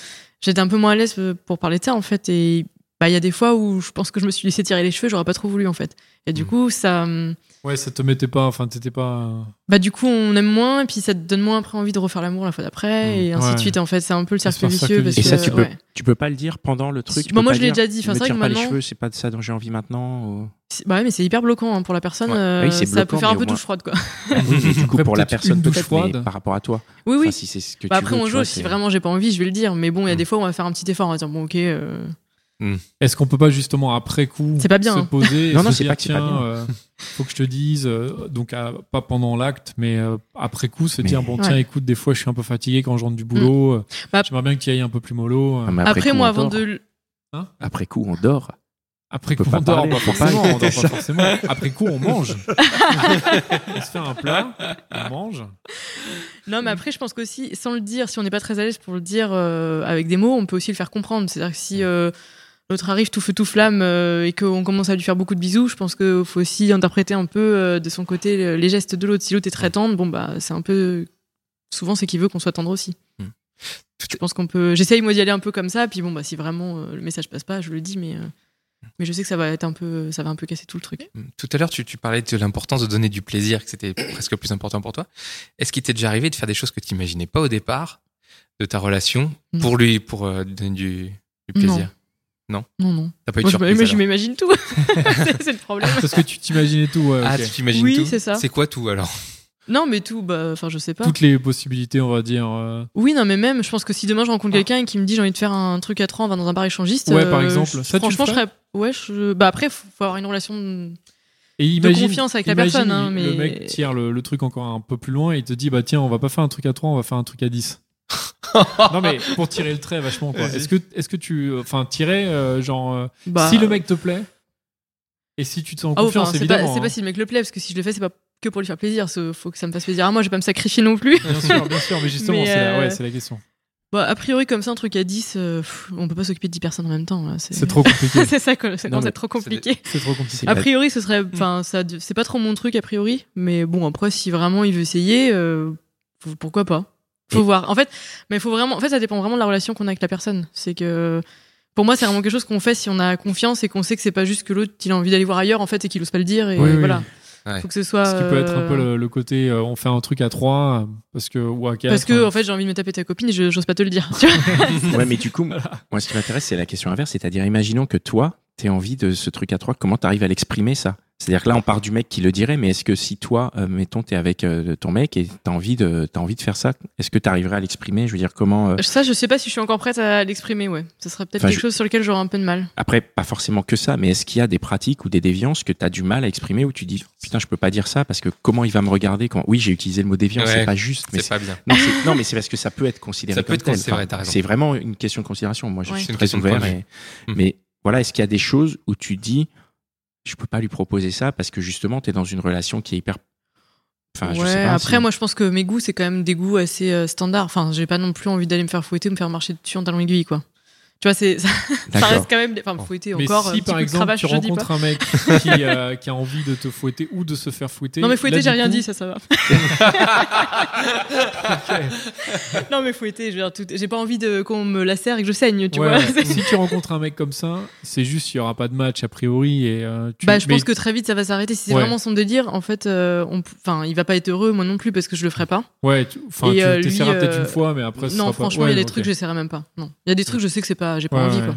S4: j'étais un peu moins à l'aise euh, pour parler de ça en fait. Et bah il y a des fois où je pense que je me suis laissé tirer les cheveux, j'aurais pas trop voulu en fait. Et du
S2: Mhm.
S4: coup, ça, hum,
S3: Ouais, ça te mettait pas, enfin, t'étais pas.
S4: bah du coup, on aime moins, et puis ça te donne moins après envie de refaire l'amour la fois d'après,
S2: Mhm.
S4: et ainsi
S3: Ouais.
S4: de suite. Et en fait, c'est un peu le
S3: Ça se
S4: cercle
S3: fait un cercle
S4: vicieux. Parce
S1: Et ça,
S4: que,
S1: tu peux,
S4: ouais.
S1: tu peux pas le dire pendant le truc.
S4: Si-
S1: tu
S4: bon,
S1: peux
S4: moi,
S1: pas
S4: je l'ai
S1: dire,
S4: déjà dit. Enfin,
S1: me
S4: c'est vrai
S1: tire
S4: que
S1: pas les
S4: maintenant-
S1: cheveux, c'est pas de ça dont j'ai envie maintenant. ou-
S4: C'est- Bah ouais, mais c'est hyper bloquant hein, pour la personne.
S2: Ouais.
S4: euh,
S1: Oui, c'est
S4: ça peut
S1: bloquant,
S4: faire un
S1: mais
S4: peu
S1: au moins-
S4: douche froide quoi.
S1: Oui, mais du coup,
S3: Après,
S1: pour la
S3: peut-être
S1: personne,
S3: une douche
S1: peut-être, mais
S3: froide.
S1: par rapport à toi.
S4: Oui,
S1: Enfin,
S4: oui.
S1: si c'est ce que
S4: Bah,
S1: tu
S4: après,
S1: veux,
S4: on
S1: tu
S4: joue.
S1: vois,
S4: Si
S1: c'est-
S4: vraiment j'ai pas envie, je vais le dire. Mais bon, il y a
S1: Mm.
S4: des fois, on va faire un petit effort en disant bon, ok. euh,
S3: Est-ce qu'on peut pas justement après coup
S4: C'est pas bien,
S3: se
S4: hein.
S3: poser et
S1: Non,
S3: se
S1: non, c'est
S3: dire,
S1: pas que c'est pas
S3: tiens,
S1: bien.
S3: euh, faut que je te dise, euh, donc à- pas pendant l'acte, mais euh, après coup, se
S1: Mais-
S3: dire bon tiens,
S4: Ouais.
S3: écoute, des fois je suis un peu fatigué quand je rentre du boulot, euh,
S4: Bah-
S3: j'aimerais bien que tu y ailles un peu plus mollo. euh.
S1: Non, Ah, mais
S4: Après,
S1: coup,
S4: moi,
S1: on
S4: avant
S1: dort.
S4: de. le-
S1: Après coup, on dort.
S3: Après
S1: peut
S3: coup,
S1: pas
S3: on dort,
S1: parler,
S3: pas
S1: faut pas
S3: forcément, on dort
S1: écouter
S3: pas
S1: ça.
S3: forcément. Après coup, on mange. on se fait un plat, on mange.
S4: Non, mais après, je pense qu'aussi, sans le dire, si on n'est pas très à l'aise pour le dire euh, avec des mots, on peut aussi le faire comprendre. C'est-à-dire que si euh, l'autre arrive tout feu tout flamme euh, et qu'on commence à lui faire beaucoup de bisous, je pense qu'il faut aussi interpréter un peu euh, de son côté euh, les gestes de l'autre. Si l'autre est très tendre, bon, bah, c'est un peu. Souvent, c'est qu'il veut qu'on soit tendre aussi.
S2: Mm.
S4: Je pense qu'on peut. J'essaye, moi, d'y aller un peu comme ça. Puis bon, bah, si vraiment euh, le message passe pas, je le dis, mais. euh, Mais je sais que ça va être un peu, ça va un peu casser tout le truc.
S2: Mm. Tout à l'heure, tu, tu parlais de l'importance de donner du plaisir, que c'était presque plus important pour toi. Est-ce qu'il t'est déjà arrivé de faire des choses que tu n'imaginais pas au départ de ta relation
S4: Non.
S2: pour lui, pour euh, donner du, du plaisir
S4: Non, non.
S2: T'as pas eu de
S4: Moi, je,
S2: surprise
S4: mais je
S2: alors
S4: m'imagine tout. c'est c'est le problème.
S3: Parce que tu t'imaginais tout, ouais,
S2: Ah,
S3: ok.
S2: tu t'imagines
S4: Oui,
S2: tout
S4: c'est ça.
S2: C'est quoi tout alors
S4: Non, mais tout, bah, enfin, je sais pas.
S3: toutes les possibilités, on va dire. euh,
S4: Oui, non, mais même, je pense que si demain je rencontre quelqu'un et qui me dit j'ai envie de faire un truc à 3 on va dans un bar échangiste.
S3: Ah.
S4: euh,
S3: Ouais, par exemple.
S4: je-
S3: Ça, tu le
S4: franchement, je
S3: ferais
S4: serais. Ouais, je- bah après, faut, faut avoir une relation.
S3: Et
S4: de
S3: imagine,
S4: confiance avec la
S3: imagine,
S4: personne. hein,
S3: il-
S4: mais...
S3: Le mec tire le, le truc encore un peu plus loin et il te dit bah tiens, on va pas faire un truc à 3, on va faire un truc à 10. non mais pour tirer le trait vachement quoi.
S2: Vas-y.
S3: Est-ce que, est que tu. Enfin, tirer, euh, genre. euh,
S4: Bah,
S3: Si le mec te plaît et si tu te sens en
S4: ah, enfin,
S3: confiance,
S4: c'est pas,
S3: évidemment.
S4: c'est pas
S3: hein.
S4: si le mec le plaît, parce que si je le fais, c'est pas que pour lui faire plaisir. c'est- Faut que ça me fasse plaisir à moi, je vais pas me sacrifier non plus.
S3: Bien sûr, bien sûr, mais justement,
S4: Mais,
S3: c'est la,
S4: euh,
S3: ouais, c'est la question.
S4: Bah, a priori, comme ça, un truc à 10, euh, pff, on peut pas s'occuper de 10 personnes en même temps. là,
S3: C'est trop compliqué.
S4: c'est ça, que- ça
S1: Non,
S4: commence à
S1: mais
S4: être trop compliqué.
S3: c'est trop compliqué.
S1: Ah,
S4: A priori, ce serait, enfin, ça, de- c'est pas trop mon truc a priori, mais bon, après, si vraiment il veut essayer, euh, faut- pourquoi pas Faut
S1: Et-
S4: voir. En fait, mais faut vraiment. En fait, ça dépend vraiment de la relation qu'on a avec la personne. C'est que, pour moi, c'est vraiment quelque chose qu'on fait si on a confiance et qu'on sait que c'est pas juste que l'autre il a envie d'aller voir ailleurs en fait et qu'il ose pas le dire et
S3: Oui, oui.
S4: voilà.
S2: Ouais.
S4: Faut que ce soit.
S3: Ce qui peut être un peu
S4: euh,
S3: le, le côté euh, on fait un truc à 3 parce que, ou à 4.
S4: Parce que en fait j'ai envie de me taper ta copine et je j'ose pas te le dire. tu vois.
S1: Ouais, mais du coup, moi, ce qui m'intéresse, c'est la question inverse, c'est-à-dire, imaginons que toi, t'aies envie de ce truc à trois, comment t'arrives à l'exprimer ça C'est-à-dire que là, on part du mec qui le dirait, mais est-ce que si toi, euh, mettons, t'es avec euh, ton mec et t'as envie de, t'as envie de faire ça, est-ce que t'arriverais à l'exprimer Je veux dire, comment euh,
S4: ça je sais pas si je suis encore prête à l'exprimer ouais. Ce serait peut-être
S1: Enfin,
S4: quelque
S1: je-
S4: chose sur lequel j'aurais un peu de mal.
S1: Après, pas forcément que ça, mais est-ce qu'il y a des pratiques ou des déviances que t'as du mal à exprimer où tu dis putain, je peux pas dire ça parce que comment il va me regarder quand Oui, j'ai utilisé le mot déviant,
S2: Ouais.
S1: c'est pas juste, mais
S2: C'est pas bien.
S1: Non, c'est- non, mais c'est parce que ça peut être considéré
S2: Ça peut
S1: comme
S2: être
S1: tel.
S2: considéré, t'as raison.
S1: c'est vraiment une question de considération. Moi, je
S4: Ouais.
S1: suis
S2: C'est une
S1: très
S2: question de
S1: ouvert.
S2: point de
S1: mais,
S2: Mm.
S1: mais voilà, est-ce qu'il y a des choses où tu dis, je peux pas lui proposer ça parce que justement, tu es dans une relation qui est hyper. Enfin, Ah, je
S4: Ouais,
S1: sais pas.
S4: après,
S1: si-
S4: moi, je pense que mes goûts, c'est quand même des goûts assez euh, standards. Enfin, j'ai pas non plus envie d'aller me faire fouetter ou me faire marcher dessus en talon aiguille, quoi. Tu vois, c'est, ça, ça
S1: D'accord.
S4: reste quand même. des- Enfin, me fouetter
S3: Mais
S4: encore.
S3: si
S4: un petit
S3: par
S4: coup de
S3: exemple
S4: cravache,
S3: tu
S4: je dis pas.
S3: rencontres un mec qui, euh, qui a envie de te fouetter ou de se faire fouetter.
S4: Non, mais
S3: là,
S4: fouetter,
S3: du
S4: j'ai rien
S3: coup,
S4: dit, ça, ça va. Non, mais fouetter, je veux dire, tout- j'ai pas envie de, qu'on me lacère et que je saigne, tu
S3: ouais,
S4: vois.
S3: ouais.
S4: C'est-
S3: si tu rencontres un mec comme ça, c'est juste qu'il n'y aura pas de match a priori. Et, euh, tu,
S4: Bah, je
S3: mais-
S4: pense que très vite, ça va s'arrêter. Si c'est
S3: Ouais.
S4: vraiment son délire, en fait, euh, on, p- enfin, il va pas être heureux, moi non plus, parce que je le ferai pas.
S3: Ouais, tu, enfin,
S4: Et,
S3: tu
S4: euh, lui,
S3: t'essaieras peut-être
S4: euh,
S3: une fois, mais après, ce
S4: non,
S3: sera
S4: franchement,
S3: pas...
S4: il y a des
S3: ouais,
S4: trucs,
S3: ok.
S4: j'essaierai même pas. Non, il y a des trucs, je sais que c'est pas, j'ai pas
S3: Ouais,
S4: envie,
S3: ouais.
S4: quoi.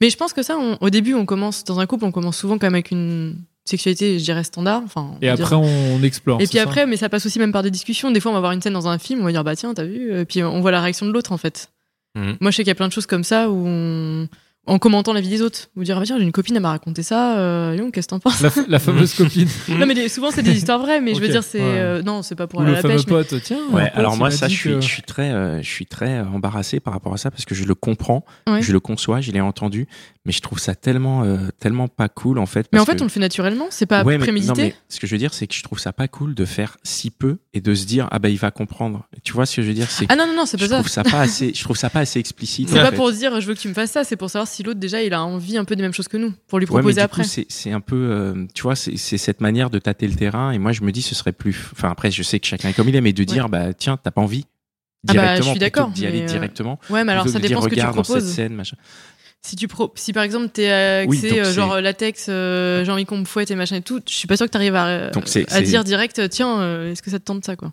S4: Mais je pense que ça, on- au début, on commence dans un couple, on commence souvent quand même avec une sexualité, je dirais standard. Enfin, on
S3: Et
S4: va dire-
S3: après, on explore.
S4: Et
S3: c'est
S4: puis
S3: ça
S4: après, mais ça passe aussi même par des discussions. Des fois, on va voir une scène dans un film, on va dire bah tiens, t'as vu Et puis on voit la réaction de l'autre en fait.
S2: Mhm.
S4: Moi, je sais qu'il y a plein de choses comme ça où on- en commentant la vie des autres, vous dire ah, tiens, j'ai une copine, elle m'a raconté ça. Euh, Lyon, qu'est-ce que t'en penses
S3: La, fa- la fameuse copine
S4: Non, mais des- souvent c'est des histoires vraies, mais je veux
S3: Mhm. Ok,
S4: dire c'est
S3: ouais.
S4: euh, non, c'est pas pour
S3: ou
S4: aller
S3: le
S4: à la
S3: fameux
S4: pêche. mais-
S3: pote. Tiens,
S1: Ouais,
S3: un pote,
S1: alors
S3: il
S1: moi,
S3: m'a
S1: ça,
S3: dit
S1: je suis,
S3: que-
S1: je suis très, euh, je suis très euh, embarrassé par rapport à ça parce que je le comprends,
S4: Ouais.
S1: je le conçois, je l'ai entendu, mais je trouve ça tellement, euh, tellement pas cool en fait.
S4: Mais en
S1: parce
S4: fait,
S1: que-
S4: on le fait naturellement, c'est pas
S1: Ouais, mais-
S4: prémédité.
S1: non, mais ce que je veux dire, c'est que je trouve ça pas cool de faire si peu et de se dire ah ben il va comprendre. Tu vois ce que je veux dire C'est
S4: Ah non, non, non, c'est
S1: je
S4: pas ça.
S1: trouve ça pas assez, je trouve ça pas assez explicite.
S4: C'est
S1: en
S4: pas
S1: fait.
S4: pour se dire je veux que tu me fasses ça, c'est pour savoir si l'autre déjà il a envie un peu des mêmes choses que nous, pour lui
S1: Ouais, mais
S4: proposer
S1: du
S4: après.
S1: coup, c'est- c'est un peu, euh, tu vois, c'est c'est cette manière de tâter le terrain. Et moi, je me dis, ce serait plus. Enfin, après, je sais que chacun est comme il est, mais de dire, bah, tiens, t'as pas envie
S4: Ah bah,
S1: directement,
S4: je suis
S1: plutôt
S4: d'accord,
S1: que d'y aller
S4: mais, euh,
S1: directement.
S4: ouais, mais alors
S1: plutôt
S4: ça
S1: que de
S4: dépend
S1: dire,
S4: ce que tu
S1: regarde dans cette
S4: proposes.
S1: scène, machin.
S4: Si tu pro, si par exemple t'es euh,
S1: Oui,
S4: axé,
S1: donc
S4: euh,
S1: c'est-
S4: genre euh, latex, euh, j'ai envie qu'on me fouette et machin et tout, je suis pas sûr que t'arrives à, euh,
S1: Donc c'est-
S4: à
S1: c'est-
S4: dire direct euh, tiens euh, est-ce que ça te tente ça quoi.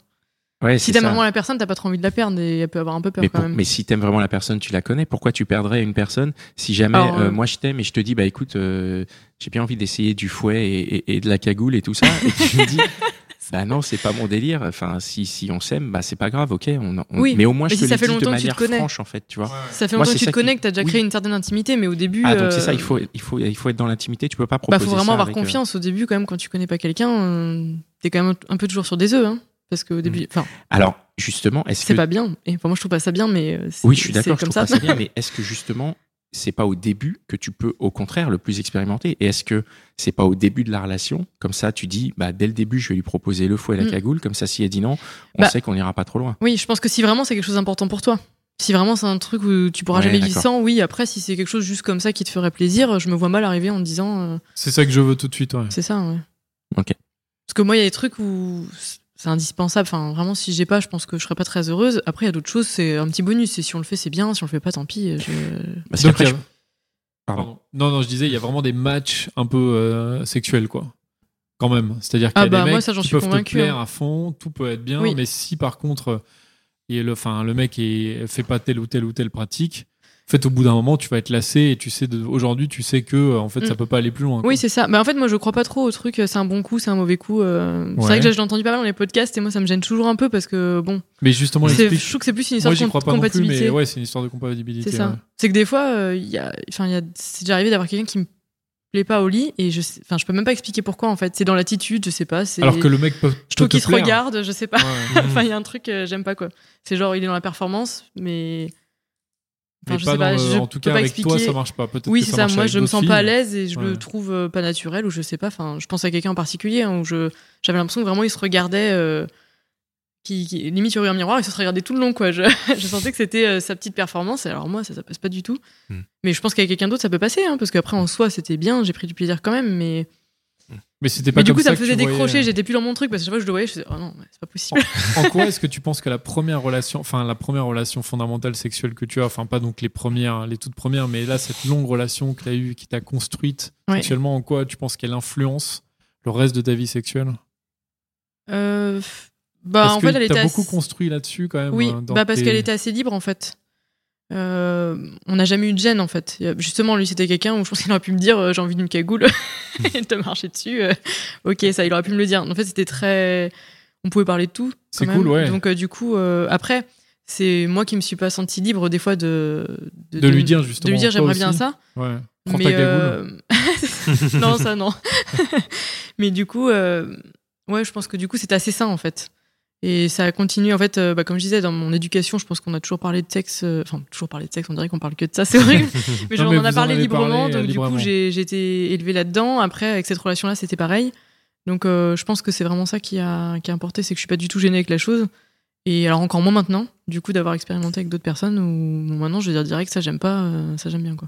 S1: Ouais,
S4: Si
S1: c'est
S4: t'as
S1: ça.
S4: vraiment la personne t'as pas trop envie de la perdre et elle peut avoir un peu peur
S1: Mais,
S4: quand
S1: pour-
S4: même.
S1: mais si t'aimes vraiment la personne, tu la connais. Pourquoi tu perdrais une personne si jamais
S4: Alors,
S1: euh,
S4: euh,
S1: moi je t'aime et je te dis bah écoute euh, j'ai bien envie d'essayer du fouet et, et- et de la cagoule et tout ça et tu me dis bah non c'est pas mon délire. Enfin si si on s'aime bah c'est pas grave ok on, on-
S4: Oui,
S1: mais au moins
S4: mais
S1: je
S4: si
S1: te
S4: ça
S1: l'ai
S4: fait
S1: dit de
S4: longtemps que tu te
S1: manière
S4: connais.
S1: franche en fait tu vois.
S4: Ça fait
S1: Moi,
S4: longtemps
S1: c'est
S4: que tu
S1: ça
S4: te
S1: qui-
S4: connais que t'as déjà
S1: oui.
S4: créé une certaine intimité, mais au début.
S1: Ah donc c'est ça
S4: euh,
S1: il faut il faut il faut être dans l'intimité tu peux pas
S4: Bah
S1: proposer
S4: faut vraiment
S1: ça
S4: avoir
S1: avec, euh,
S4: confiance au début quand même quand tu connais pas quelqu'un, euh, t'es quand même un peu toujours sur des œufs hein, parce
S1: Mm.
S4: qu'au début, enfin
S1: Alors justement est-ce que
S4: c'est pas bien. Et enfin, moi je trouve pas ça bien, mais euh, c'est-
S1: oui je suis
S4: c'est
S1: d'accord je
S4: comme
S1: trouve
S4: ça.
S1: pas ça bien mais est-ce que justement c'est pas au début que tu peux au contraire le plus expérimenter et est-ce que c'est pas au début de la relation comme ça tu dis bah dès le début je vais lui proposer le fouet et la
S4: Mm.
S1: cagoule comme ça si elle dit non on
S4: Bah.
S1: sait qu'on n'ira pas trop loin
S4: Oui, je pense que si vraiment c'est quelque chose d'important pour toi, si vraiment c'est un truc où tu pourras
S1: Ouais,
S4: jamais vivre
S1: d'accord.
S4: sans, oui, après, si c'est quelque chose juste comme ça qui te ferait plaisir, je me vois mal arriver en te disant euh,
S3: C'est ça que je veux tout de suite. ouais.
S4: c'est ça, ouais.
S1: Ok.
S4: Parce que moi, il y a des trucs où c'est indispensable. Enfin, vraiment, si j'ai pas, je pense que je serais pas très heureuse. Après, il y a d'autres choses, c'est un petit bonus. Et si on le fait, c'est bien. Si on le fait pas, tant pis. Je...
S1: parce
S3: Donc,
S1: qu'après
S3: il y a-
S1: je- Pardon.
S3: Pardon. Non, non, je disais, il y a vraiment des matchs un peu euh, sexuels, quoi. Quand même. C'est-à-dire qu'il
S4: Ah
S3: y a
S4: bah,
S3: des mecs
S4: moi, ça, j'en
S3: qui
S4: suis
S3: peuvent te
S4: convaincue,
S3: plaire
S4: hein.
S3: à fond, tout peut être bien,
S4: Oui.
S3: mais si par contre, euh, il y a le, enfin, le mec est, fait pas telle ou telle ou telle pratique, en fait, au bout d'un moment, tu vas être lassé et tu sais, de- aujourd'hui, tu sais que euh, en fait,
S4: Mm.
S3: ça peut pas aller plus loin. quoi.
S4: Oui, c'est ça. Mais en fait, moi, je crois pas trop au truc. euh, C'est un bon coup, c'est un mauvais coup. euh, C'est
S3: Ouais.
S4: vrai que j'ai entendu pas mal dans les podcasts et moi, ça me gêne toujours un peu parce que bon,
S3: mais justement,
S4: c'est-
S3: explique.
S4: je trouve que c'est plus une
S3: Moi,
S4: histoire
S3: j'y
S4: de
S3: crois
S4: comp-
S3: pas non plus,
S4: compatibilité.
S3: mais ouais, c'est une histoire de compatibilité.
S4: C'est ça.
S3: ouais.
S4: C'est que des fois, euh, il y a, enfin, il y a, c'est déjà arrivé d'avoir quelqu'un qui me je l'ai pas au lit et je sais- enfin je peux même pas expliquer pourquoi en fait c'est dans l'attitude je sais pas c'est
S3: Alors que le mec peut.
S4: je trouve
S3: peut
S4: qu'il
S3: te
S4: se
S3: plaire. Mm.
S4: regarde je sais pas
S3: Ouais.
S4: enfin il y a un truc euh, j'aime pas quoi c'est genre il est dans la performance mais
S3: Mais
S4: enfin, je
S3: pas
S4: sais pas
S3: dans le-
S4: je
S3: en tout
S4: peux
S3: cas,
S4: pas
S3: avec
S4: expliquer
S3: toi, ça marche pas. Peut-être
S4: oui
S3: que
S4: c'est
S3: ça,
S4: ça
S3: marche
S4: moi
S3: avec
S4: je me
S3: d'autres
S4: sens
S3: filles.
S4: pas à l'aise et je
S3: Ouais.
S4: le trouve euh, pas naturel ou je sais pas enfin je pense à quelqu'un en particulier hein, où je j'avais l'impression que vraiment il se regardait euh, qui, qui- limite il y aurait eu un miroir et se regardait tout le long quoi je, je sentais que c'était euh, sa petite performance alors moi ça ça passe pas du tout
S2: Hmm.
S4: mais je pense qu'avec quelqu'un d'autre ça peut passer hein, parce qu'après en soi c'était bien j'ai pris du plaisir quand même mais
S3: Mais c'était pas
S4: mais du
S3: comme
S4: coup, ça me
S3: que
S4: faisait
S3: tu voyais- euh, hein.
S4: décrocher, j'étais plus dans mon truc parce que chaque fois que je le voyais, je faisais oh non, ouais, c'est pas possible.
S3: En quoi est-ce que tu penses que la première relation, enfin la première relation fondamentale sexuelle que tu as, enfin pas donc les premières, les toutes premières, mais là cette longue relation que tu as eue, qui t'a construite
S4: Ouais.
S3: sexuellement, en quoi tu penses qu'elle influence le reste de ta vie sexuelle
S4: Euh, bah,
S3: Parce
S4: en
S3: que
S4: fait, elle était
S3: t'as beaucoup
S4: assez-
S3: construit là-dessus quand même.
S4: Oui,
S3: euh, dans
S4: bah, parce
S3: tes-
S4: qu'elle était assez libre en fait. Euh, on n'a jamais eu de gêne en fait. Euh, Justement, lui, c'était quelqu'un où je pense qu'il aurait pu me dire euh, j'ai envie d'une cagoule et de te marcher dessus. euh, ok, ça, il aurait pu me le dire. En fait, c'était très. On pouvait parler de tout. quand
S3: C'est
S4: même.
S3: cool, ouais.
S4: Donc, euh, du coup, euh, après, c'est moi qui me suis pas sentie libre des fois de.
S3: De lui dire,
S4: De
S3: justement,
S4: lui dire
S3: toi
S4: j'aimerais bien
S3: aussi.
S4: ça.
S3: Ouais. Prends ta
S4: Mais,
S3: gagoule.
S4: euh, non, ça non. mais du coup, euh, ouais, je pense que du coup, c'était assez sain en fait. Et ça a continué en fait, euh, bah, comme je disais, dans mon éducation, je pense qu'on a toujours parlé de sexe. euh, Enfin, toujours parlé de sexe, on dirait qu'on parle que de ça, c'est horrible. mais
S3: Non,
S4: genre,
S3: mais
S4: on en a
S3: vous en
S4: parlé
S3: avez
S4: librement,
S3: parlé, euh,
S4: donc du
S3: librement.
S4: coup, j'ai j'ai été élevée là-dedans. Après, avec cette relation-là, c'était pareil. Donc, euh, je pense que c'est vraiment ça qui a, qui a importé, c'est que je suis pas du tout gênée avec la chose. Et alors, encore moins maintenant, du coup, d'avoir expérimenté avec d'autres personnes où bon, maintenant, je vais dire direct, ça j'aime pas, euh, ça j'aime bien quoi.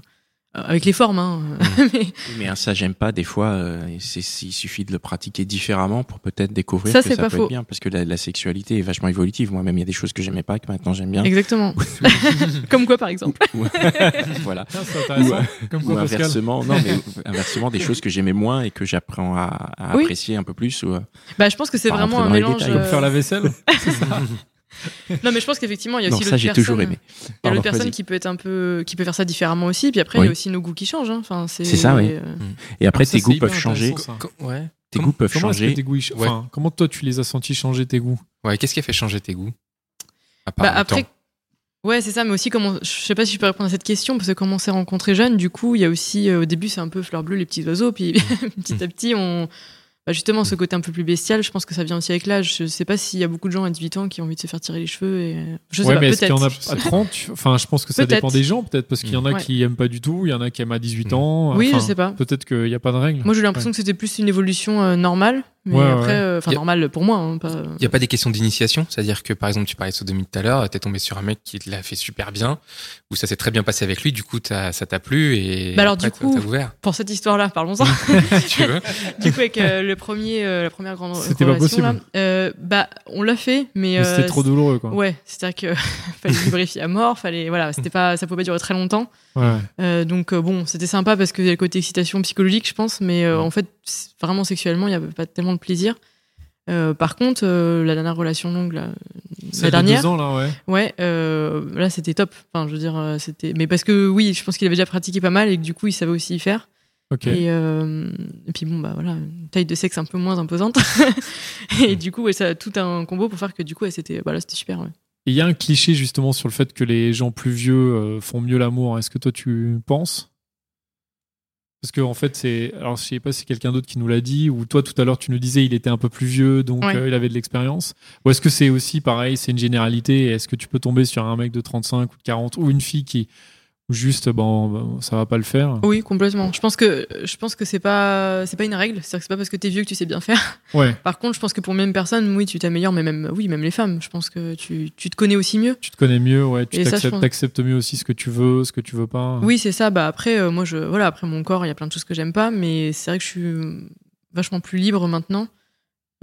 S4: Euh, avec les formes, hein.
S3: Mmh.
S4: mais
S1: Mais un ça j'aime pas des fois euh, c'est il suffit de le pratiquer différemment pour peut-être découvrir
S4: Ça,
S1: que
S4: c'est
S1: ça
S4: pas
S1: peut
S4: faux.
S1: être bien parce que la, la sexualité est vachement évolutive moi-même il y a des choses que j'aimais pas que maintenant j'aime bien
S4: Exactement. Comme quoi, par exemple
S1: Ou- voilà
S3: Tiens, c'est intéressant. Comme
S1: ou
S3: quoi, Pascal.
S1: inversement non mais inversement des choses que j'aimais moins et que j'apprends à, à
S4: Oui.
S1: apprécier un peu plus ou, euh,
S4: Bah, je pense que c'est
S1: Pas
S4: vraiment un
S1: rentrer dans les
S4: mélange.
S1: détails.
S4: euh,
S3: Faire la vaisselle
S4: Non, mais je pense qu'effectivement, il y a
S1: non
S4: aussi
S1: ça
S4: l'autre
S1: j'ai
S4: personne.
S1: toujours aimé
S4: Il y a
S1: Pardon,
S4: l'autre personne
S1: vas-y.
S4: qui peut être un peu, qui peut faire ça différemment aussi. Puis après, il y
S1: Oui.
S4: a aussi nos goûts qui changent. hein. Enfin, c'est.
S1: C'est ça, oui. Ah,
S4: euh,
S1: et après
S3: Ça,
S1: tes
S3: c'est
S1: goûts
S3: hyper
S1: peuvent changer
S3: intéressant, ça.
S2: ouais.
S1: tes
S2: Com-
S1: goûts peuvent
S3: Comment est-ce que
S1: changer
S3: tes goûts, ils- enfin, comment toi tu les as sentis changer tes goûts
S2: Ouais, qu'est-ce qui a fait changer tes goûts À part
S4: Bah,
S2: le
S4: après.
S2: temps.
S4: Ouais, c'est ça, mais aussi comment. Je sais pas si je peux répondre à cette question parce que comme on s'est rencontrés jeunes, du coup, il y a aussi euh, au début, c'est un peu fleur bleue, les petits oiseaux, puis petit à petit, on. Bah, justement, ce côté un peu plus bestial, je pense que ça vient aussi avec l'âge. Je sais pas s'il y a beaucoup de gens à 18 ans qui ont envie de se faire tirer les cheveux. Et... euh, Je sais
S3: ouais,
S4: pas,
S3: mais est-ce qu'il y
S4: peut-être.
S3: en a
S2: Je sais
S3: à 30 Enfin, je pense que ça
S4: Peut-être.
S3: dépend des gens, peut-être, parce qu'il y en a
S4: Ouais.
S3: qui aiment pas du tout, il y en a qui aiment à 18
S2: Mm.
S3: ans.
S4: Oui,
S3: enfin,
S4: je sais pas.
S3: Peut-être qu'il n'y a pas de règle.
S4: Moi, j'ai eu l'impression que c'était plus une évolution euh, normale, mais
S3: Ouais, ouais.
S4: après, euh, enfin
S2: Y a-
S4: normale pour moi, hein, pas.
S2: Il n'y a pas des questions d'initiation, c'est-à-dire que par exemple, tu parlais de sodomie tout à l'heure, t'es tombé sur un mec qui te l'a fait super bien, où ça s'est très bien passé avec lui, du coup t'as- ça t'a plu et
S4: Bah alors,
S2: après,
S4: du
S2: t'as-
S4: coup-
S2: t'as ouvert,
S4: Pour cette histoire-là, parlons-en.
S2: tu veux.
S4: du coup, avec euh, le premier, euh, la première grande
S3: C'était pas
S4: relation, là,
S3: possible.
S4: euh, bah, on l'a fait, mais,
S3: Mais c'était
S4: euh,
S3: trop hein. douloureux, quoi.
S4: Ouais, c'est-à-dire que fallait lubrifier à mort, fallait voilà, c'était pas, ça pouvait pas durer très longtemps.
S3: Ouais.
S4: Euh, donc euh, bon, c'était sympa parce que il y a le côté excitation psychologique, je pense, mais euh,
S2: Ouais.
S4: en fait, c'est- vraiment sexuellement, il y avait pas tellement de plaisir. Euh, par contre, euh, la dernière relation longue, là, la
S3: Celle de
S4: dernière,
S3: deux ans, là, ouais.
S4: Ouais, euh, là c'était top. Enfin, je veux dire, euh, c'était. Mais parce que oui, je pense qu'il avait déjà pratiqué pas mal et que du coup il savait aussi y faire.
S3: Ok.
S4: Et, euh, et puis bon, bah voilà, une taille de sexe un peu moins imposante. et du coup, ouais, ça a tout un combo pour faire que du coup, ouais, c'était bah, là, c'était super. Ouais.
S3: Il y a un cliché justement sur le fait que les gens plus vieux euh, font mieux l'amour. Est-ce que toi tu penses Parce que en fait, c'est. Alors je sais pas si c'est quelqu'un d'autre qui nous l'a dit ou toi tout à l'heure tu nous disais il était un peu plus vieux donc
S4: Ouais.
S3: euh, il avait de l'expérience. Ou est-ce que c'est aussi pareil, c'est une généralité et Est-ce que tu peux tomber sur un mec de 35 ou de 40 ou une fille qui juste bon, bon, ça va pas le faire
S4: Oui, complètement. Je pense que je pense que c'est pas c'est pas une règle. C'est-à-dire que c'est pas parce que t'es vieux que tu sais bien faire.
S3: Ouais,
S4: Par contre, je pense que pour même personne, oui, tu t'améliores, mais même oui, même les femmes. Je pense que tu tu te connais aussi mieux.
S3: tu te connais mieux, ouais, tu
S4: Et ça, je
S3: t'acceptes
S4: pense.
S3: t'acceptes mieux aussi ce que tu veux, ce que tu veux pas.
S4: Oui, c'est ça. Bah après, euh, moi, je voilà, après mon corps, il y a plein de choses que j'aime pas, mais c'est vrai que je suis euh, vachement plus libre maintenant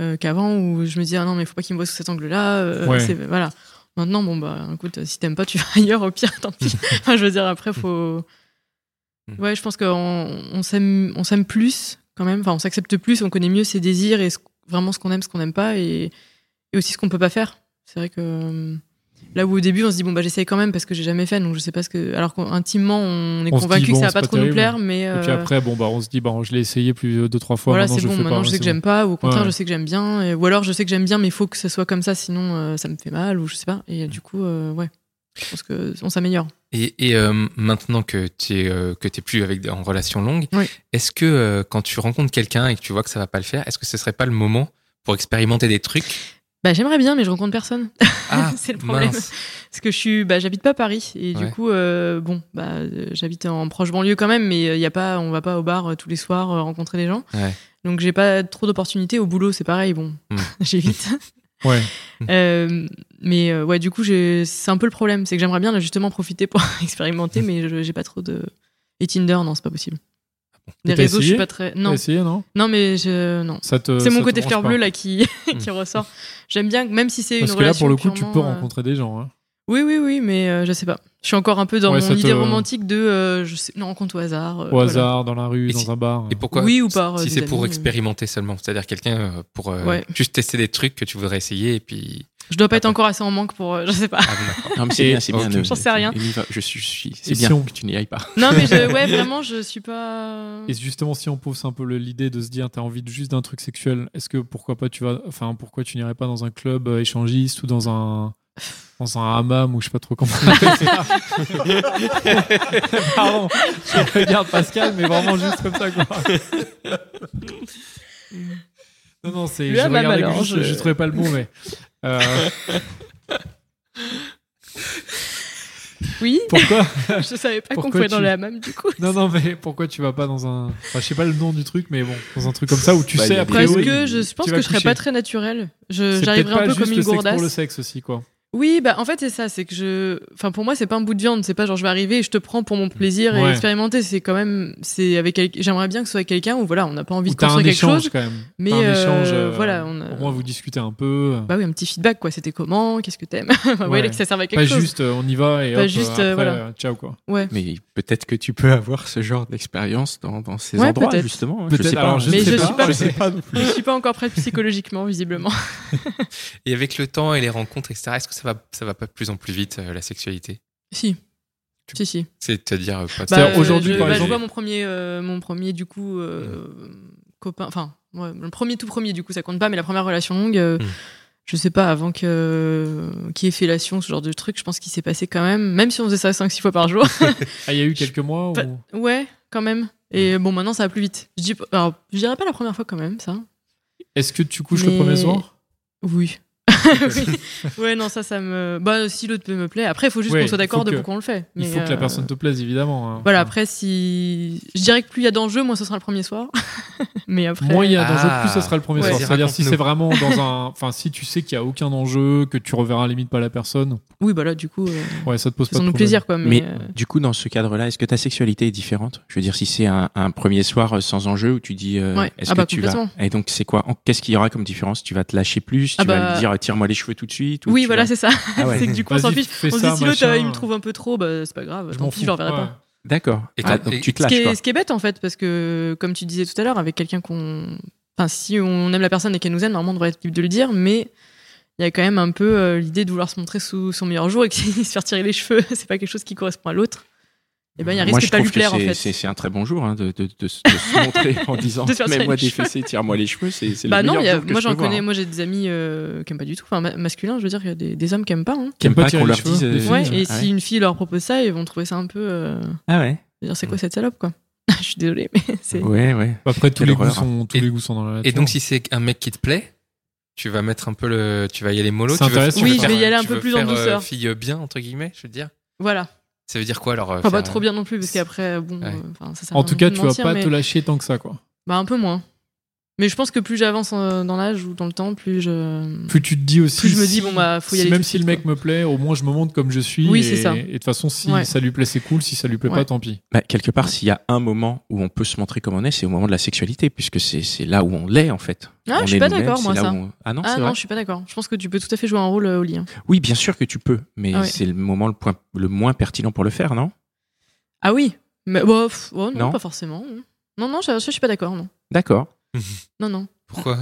S4: euh, qu'avant où je me disais ah non mais faut pas qu'il me voit sous cet angle-là. euh,
S3: Ouais.
S4: c'est- Voilà. Maintenant, bon bah écoute, si t'aimes pas, tu vas ailleurs. Au pire, tant pis. Enfin, je veux dire, après, faut.
S2: Mm.
S4: Ouais, je pense qu'on on s'aime, on s'aime plus quand même. Enfin, on s'accepte plus, on connaît mieux ses désirs et ce- vraiment ce qu'on aime, ce qu'on n'aime pas et, et aussi ce qu'on peut pas faire. C'est vrai que euh, là où au début on se dit bon bah j'essaye quand même parce que j'ai jamais fait donc je sais pas ce que alors qu'intimement on est
S3: On se
S4: convaincu
S3: dit,
S4: que
S3: bon,
S4: ça va
S3: c'est
S4: pas
S3: pas
S4: trop nous
S3: terrible.
S4: plaire mais
S3: Et puis
S4: euh,
S3: après, bon, bah, on se dit, bah, je l'ai essayé plus deux, trois fois.
S4: voilà
S3: maintenant,
S4: c'est
S3: je
S4: bon
S3: fais
S4: maintenant
S3: pas,
S4: je sais
S3: c'est
S4: que j'aime pas ou au contraire
S3: Ouais.
S4: je sais que j'aime bien et- ou alors je sais que j'aime bien mais il faut que ça soit comme ça sinon euh, ça me fait mal ou je sais pas et du coup euh, ouais Je pense qu'on s'améliore.
S2: Et, et, euh, maintenant que tu es euh, que t'es plus avec en relation longue,
S4: Oui.
S2: est-ce que euh, quand tu rencontres quelqu'un et que tu vois que ça va pas le faire, est-ce que ce serait pas le moment pour expérimenter des trucs
S4: Bah, j'aimerais bien, mais je rencontre personne.
S2: Ah,
S4: C'est le problème.
S2: mince.
S4: Parce que je suis, bah, j'habite pas Paris et
S2: Ouais.
S4: du coup, euh, bon, bah, euh, j'habite en proche banlieue quand même, mais il y a pas, on va pas au bar euh, tous les soirs euh, rencontrer des gens.
S2: Ouais.
S4: Donc j'ai pas trop d'opportunités. Au boulot, c'est pareil, bon,
S2: Hmm.
S4: j'évite.
S3: Ouais.
S4: Euh, mais euh, ouais, du coup, j'ai- c'est un peu le problème, c'est que j'aimerais bien là justement profiter pour expérimenter,
S2: Hmm.
S4: mais je- j'ai pas trop de. Et Tinder, non, c'est pas possible.
S2: Ah
S4: Des
S3: Et t'as
S4: réseaux, je
S3: essayé
S4: suis pas très. Non,
S3: T'as essayé, non
S4: non, mais je non.
S3: Ça te-
S4: C'est
S3: ça
S4: mon
S3: te
S4: côté
S3: branche
S4: fleur
S3: pas.
S4: bleue là qui,
S2: Hmm.
S4: qui ressort. J'aime bien, même si c'est une
S3: Parce que là,
S4: relation
S3: pour le coup, tu
S4: purement,
S3: peux
S4: euh,
S3: rencontrer des gens. hein.
S4: Oui, oui, oui, mais euh, je sais pas. Je suis encore un peu dans
S3: Ouais,
S4: mon
S3: ça te-
S4: idée romantique de euh, je sais, une rencontre au hasard. euh,
S3: Au
S4: voilà.
S3: hasard, dans la rue,
S2: Et
S3: dans
S2: si-
S3: un bar.
S2: Et pourquoi
S4: Oui, ou par, euh,
S2: Si
S4: des
S2: c'est pour
S4: amis, euh.
S2: expérimenter seulement, c'est-à-dire quelqu'un euh, pour euh,
S4: Ouais.
S2: juste tester des trucs que tu voudrais essayer et puis.
S4: Je dois pas être
S2: Attends.
S4: encore assez en manque pour. euh, je sais pas.
S2: Ah, non.
S1: Non, mais c'est
S2: Et-
S1: bien, c'est bien.
S2: ok.
S1: ne-
S4: J'en sais rien.
S1: Émile va- Je suis, je suis-
S3: Et
S1: c'est bien
S3: si on-
S1: que tu n'y ailles pas.
S4: Non, mais je, ouais, vraiment, je suis pas.
S3: Et justement, si on pose un peu le- l'idée de se dire, t'as envie de juste d'un truc sexuel, est-ce que pourquoi pas tu vas, enfin, pourquoi tu n'irais pas dans un club euh, échangiste ou dans un dans un hammam ou je sais pas trop comment. on appelle ça. Pardon, je regarde Pascal, mais vraiment juste comme ça quoi. Non non, c'est
S4: Le
S3: je
S4: hammam,
S3: regardais
S4: alors,
S3: juste,
S4: je-
S3: je... trouvais pas le bon mais. euh,
S4: Oui,
S3: pourquoi
S4: je savais pas qu'on
S3: Pourquoi
S4: pouvait dans
S3: tu-
S4: le hammam du coup.
S3: Non non mais pourquoi tu vas pas dans un, enfin, je sais pas le nom du truc mais bon dans un truc comme ça où tu
S1: Bah, il
S3: sais
S1: y a des-
S3: après
S4: Parce
S1: oui,
S4: que je pense
S3: tu
S4: que
S3: vas
S4: je serais
S3: coucher.
S4: pas très naturelle. Je-
S3: c'est peut-être
S4: J'arriverais
S3: pas
S4: un peu
S3: juste le sexe pour
S4: comme une
S3: le
S4: gourdasse.
S3: sexe aussi quoi.
S4: Oui, bah en fait c'est ça, c'est que je, enfin pour moi c'est pas un bout de viande, c'est pas genre je vais arriver et je te prends pour mon plaisir
S3: Mm. Ouais.
S4: et expérimenter, c'est quand même, c'est avec, quel- j'aimerais bien que ce soit avec quelqu'un où voilà on n'a pas envie
S3: Ou
S4: de
S3: t'as un
S4: construire quelque
S3: échange
S4: chose,
S3: quand même.
S4: mais
S3: T'as un
S4: euh,
S3: échange, euh,
S4: voilà on a-
S3: Au moins vous discutez un peu.
S4: bah oui un petit feedback quoi, c'était comment, qu'est-ce que t'aimes, Enfin, vous voyez
S3: Ouais.
S4: que ça servait à quelque
S3: Pas
S4: chose.
S3: juste euh, on y va et
S4: Pas
S3: hop,
S4: juste,
S3: euh,
S4: euh,
S3: après,
S4: voilà.
S3: euh, ciao quoi.
S4: Ouais.
S1: Mais peut-être que tu peux avoir ce genre d'expérience dans, dans ces
S4: Ouais,
S1: endroits,
S4: peut-être.
S1: justement.
S3: Peut-être,
S1: Je sais
S3: alors,
S1: pas.
S3: je
S4: Mais sais je pas. suis pas-
S1: Je sais pas non plus.
S4: Je suis pas encore prête psychologiquement visiblement.
S2: Et avec le temps et les rencontres, etc. Est-ce que ça va ça va pas de plus en plus vite euh, la sexualité
S4: si. Si si.
S2: C'est-à-dire euh, pas de-
S3: C'est-à-dire, Bah, aujourd'hui,
S4: je,
S3: par
S4: bah, je
S3: exemple-
S4: vois mon premier, euh, mon premier du coup euh, copain, enfin ouais, le premier tout premier du coup ça compte pas, mais la première relation longue, euh,
S3: Hmm.
S2: Mm.
S4: je sais pas avant que euh, qu'il y ait fellation, ce genre de truc, je pense qu'il s'est passé quand même, même si on faisait ça 5-6 fois par jour,
S3: Ah il y a eu quelques mois
S4: pas-
S3: ou
S4: ouais quand même.
S3: Hmm.
S4: Et bon maintenant ça va plus vite. Je dis, alors je dirais pas la première fois quand même ça.
S3: est-ce que tu couches le
S4: Mais-
S3: premier soir
S4: Oui. Oui. Ouais non ça ça me, bah si l'autre me plaît, après il faut juste
S3: Ouais,
S4: qu'on soit
S3: il faut
S4: d'accord de
S3: que-
S4: pourquoi on le fait.
S3: Il
S4: Mais,
S3: faut que la
S4: euh,
S3: personne te plaise évidemment. hein.
S4: Voilà,
S3: Enfin,
S4: après, si. Je dirais que plus il y a d'enjeux, moins ce sera le premier soir. Mais après.
S3: Moins il y a d'enjeux,
S2: Ah.
S3: plus ça sera le premier
S4: Ouais.
S3: soir.
S2: Vas-y,
S3: C'est-à-dire si
S2: raconte-nous.
S3: c'est vraiment dans un, enfin si tu sais qu'il y a aucun enjeu, que tu reverras limite pas la personne,
S4: Oui, bah là, du coup, euh,
S3: ouais ça te pose pas de
S4: faisons-nous
S3: problème.
S4: plaisir, quoi. Mais.
S1: Mais
S4: euh,
S1: du coup, dans ce cadre-là, est-ce que ta sexualité est différente Je veux dire, si c'est un, un premier soir euh, sans enjeu où tu dis, euh,
S4: Ouais.
S1: est-ce
S4: Ah
S1: que
S4: bah,
S1: tu vas
S4: complètement.
S1: Et donc, c'est quoi En- Qu'est-ce qu'il y aura comme différence Tu vas te lâcher plus Tu
S4: Ah
S1: vas
S4: bah-
S1: lui dire, tire-moi les cheveux tout de suite ou
S4: Oui,
S1: tu
S4: voilà,
S1: vas-
S4: c'est ça.
S1: Ah ouais.
S4: c'est que du coup, on s'en
S3: Vas-y,
S4: fiche.
S3: fais
S4: On se
S3: ça,
S4: dit, si l'autre,
S3: machin.
S4: euh, il me trouve un peu trop, bah, c'est pas grave.
S3: Je
S4: tant
S3: m'en
S4: pis,
S3: fous.
S4: je le reverrai
S3: ouais.
S4: pas.
S1: D'accord.
S2: Et
S1: Ah,
S2: quand-
S1: donc
S2: et-
S1: tu te
S4: Ce qui,
S1: lâches.
S4: est,
S1: quoi.
S4: ce qui est bête, en fait, parce que, comme tu disais tout à l'heure, avec quelqu'un qu'on. Enfin, si on aime la personne et qu'elle nous aime, normalement, on devrait être libre de le dire, mais. Il y a quand même un peu euh, l'idée de vouloir se montrer sous son meilleur jour et que se faire tirer les cheveux, c'est pas quelque chose qui correspond à l'autre. Et ben, il
S1: Moi,
S4: risque
S1: je
S4: de pas lui
S1: trouve que
S4: plaire en
S1: c'est-
S4: fait.
S1: c'est c'est un très bon jour hein, de, de- de- de se montrer en disant,
S4: De faire ça
S1: mets-moi
S4: avec les
S1: des fessées, tire-moi les cheveux. C'est c'est le
S4: Bah non,
S1: meilleur
S4: il y a-
S1: jour que
S4: moi
S1: je
S4: j'en
S1: peux voir,
S4: connais,
S1: hein.
S4: moi j'ai des amis euh, qui aiment pas du tout, enfin ma- masculins, je veux dire, il y a des, des hommes qui aiment pas. hein.
S1: Qui aiment
S3: Qui
S1: pas
S3: aiment pas
S1: qu'on leur
S3: tirer les
S1: dise.
S3: cheveux,
S1: euh,
S3: des
S4: Ouais,
S3: filles,
S4: et si une fille leur propose ça, ils vont trouver ça un peu. euh,
S1: Ah ouais.
S4: je veux dire, c'est quoi cette salope quoi Je suis désolée, mais c'est.
S1: Ouais, ouais.
S3: Après tous
S1: Quelle
S3: les goûts
S1: horreur.
S3: sont tous
S2: Et-
S3: les goûts sont dans la nature.
S2: Et donc si c'est un mec qui te plaît, tu vas mettre un peu le, tu vas y aller mollo.
S3: C'est
S2: tu veux-
S3: intéressant.
S2: tu veux
S3: Oui, je
S2: faire-
S3: vais y
S4: aller un
S2: tu
S4: peu
S2: veux
S4: plus en
S2: faire, euh,
S4: douceur.
S2: Fille bien entre guillemets, je veux dire.
S4: Voilà.
S2: Ça veut dire quoi alors euh,
S4: Enfin, pas
S2: faire-
S4: Ah bah, trop bien non plus, parce qu'après, bon.
S2: Ouais.
S4: euh, enfin, ça sert
S3: En
S4: à
S3: tout
S4: rien
S3: cas,
S4: de
S3: tu vas
S4: mentir,
S3: pas
S4: mais-
S3: te lâcher tant que ça quoi.
S4: Bah un peu moins. Mais je pense que plus j'avance euh, dans l'âge ou dans le temps, plus je.
S3: Plus tu te dis aussi.
S4: Plus je me
S3: si-
S4: dis, bon, bah, faut y
S3: si-
S4: aller
S3: Même
S4: tout de
S3: si le
S4: suite,
S3: mec me plaît, au moins je me montre comme je suis.
S4: Oui,
S3: et-
S4: c'est ça.
S3: Et de toute façon, si
S4: Ouais.
S3: ça lui plaît, c'est cool. Si ça lui plaît
S4: Ouais.
S3: pas, tant pis.
S1: Bah, quelque part, s'il y a un moment où on peut se montrer comme on est, c'est au moment de la sexualité, puisque c'est c'est là où on l'est en fait.
S4: Ah,
S1: On
S4: je suis
S1: est
S4: pas
S1: nous-mêmes,
S4: d'accord,
S1: c'est
S4: moi,
S1: là
S4: ça.
S1: où on- Ah non,
S4: Ah
S1: c'est
S4: non,
S1: vrai.
S4: je suis pas d'accord. Je pense que tu peux tout à fait jouer un rôle euh, au lit. hein.
S1: Oui, bien sûr que tu peux, mais
S4: Ah ouais.
S1: c'est le moment le, point, le moins pertinent pour le faire, non
S4: Ah oui Mais bah, pff, oh, non,
S1: Non.
S4: pas forcément. Non, non, je, je suis pas d'accord, non.
S1: D'accord.
S4: Non, non.
S2: Pourquoi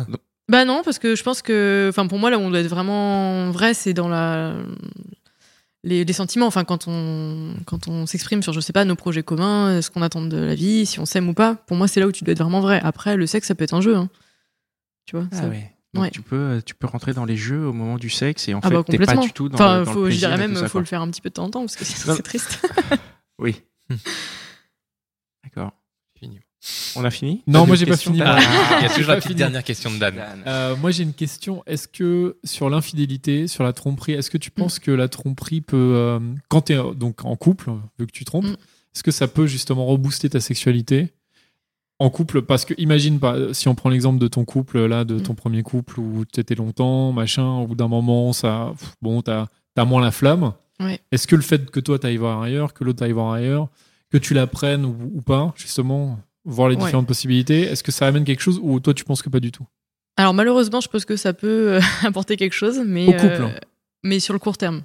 S4: Bah non, parce que je pense que, enfin pour moi là où on doit être vraiment vrai, c'est dans la les, les sentiments. Enfin quand on quand on s'exprime sur je sais pas nos projets communs, euh, ce qu'on attend de la vie, si on s'aime ou pas. Pour moi c'est là où tu dois être vraiment vrai. Après le sexe ça peut être un jeu, hein. tu vois. ça-
S1: ouais. Donc
S4: Ouais.
S1: tu peux, euh, tu peux rentrer dans les jeux au moment du sexe et en
S4: Ah
S1: fait
S4: bah,
S1: t'es pas
S4: complètement.
S1: du tout dans,
S4: Enfin,
S1: le, dans le
S4: faut, je
S1: plaisir
S4: dirais
S1: et
S4: même,
S1: tout
S4: faut
S1: ça, quoi.
S4: le faire un petit peu de temps en temps, parce que sinon
S1: Non.
S4: c'est triste.
S1: Oui.
S2: Hmm.
S1: D'accord.
S2: Fini.
S1: On a fini
S3: Non,
S1: T'as
S3: moi,
S1: des
S3: j'ai pas
S1: questions,
S3: fini,
S1: t'as-
S3: moi.
S2: Ah,
S4: Ah,
S2: Il y a toujours la
S3: Fini.
S2: petite dernière question de Dan.
S3: Euh, moi, j'ai une question. Est-ce que sur l'infidélité, sur la tromperie, est-ce que tu penses
S4: Mm.
S3: que la tromperie peut, euh, quand tu es donc en couple, hein, vu que tu trompes,
S4: Mm.
S3: est-ce que ça peut justement rebooster ta sexualité en couple Parce que imagine pas, euh, si on prend l'exemple de ton couple là, de
S4: Mm.
S3: ton premier couple où tu étais longtemps, machin, au bout d'un moment, ça, pff, bon, t'as as moins la flamme.
S4: Ouais.
S3: Est-ce que le fait que toi t'ailles voir ailleurs, que l'autre t'aille voir ailleurs, que tu l'apprennes ou, ou pas, justement, voir les
S4: Ouais.
S3: différentes possibilités, est-ce que ça amène quelque chose ou toi tu penses que pas du tout
S4: Alors malheureusement, je pense que ça peut euh, apporter quelque chose, mais euh,
S3: Au couple, hein.
S4: mais sur le court terme.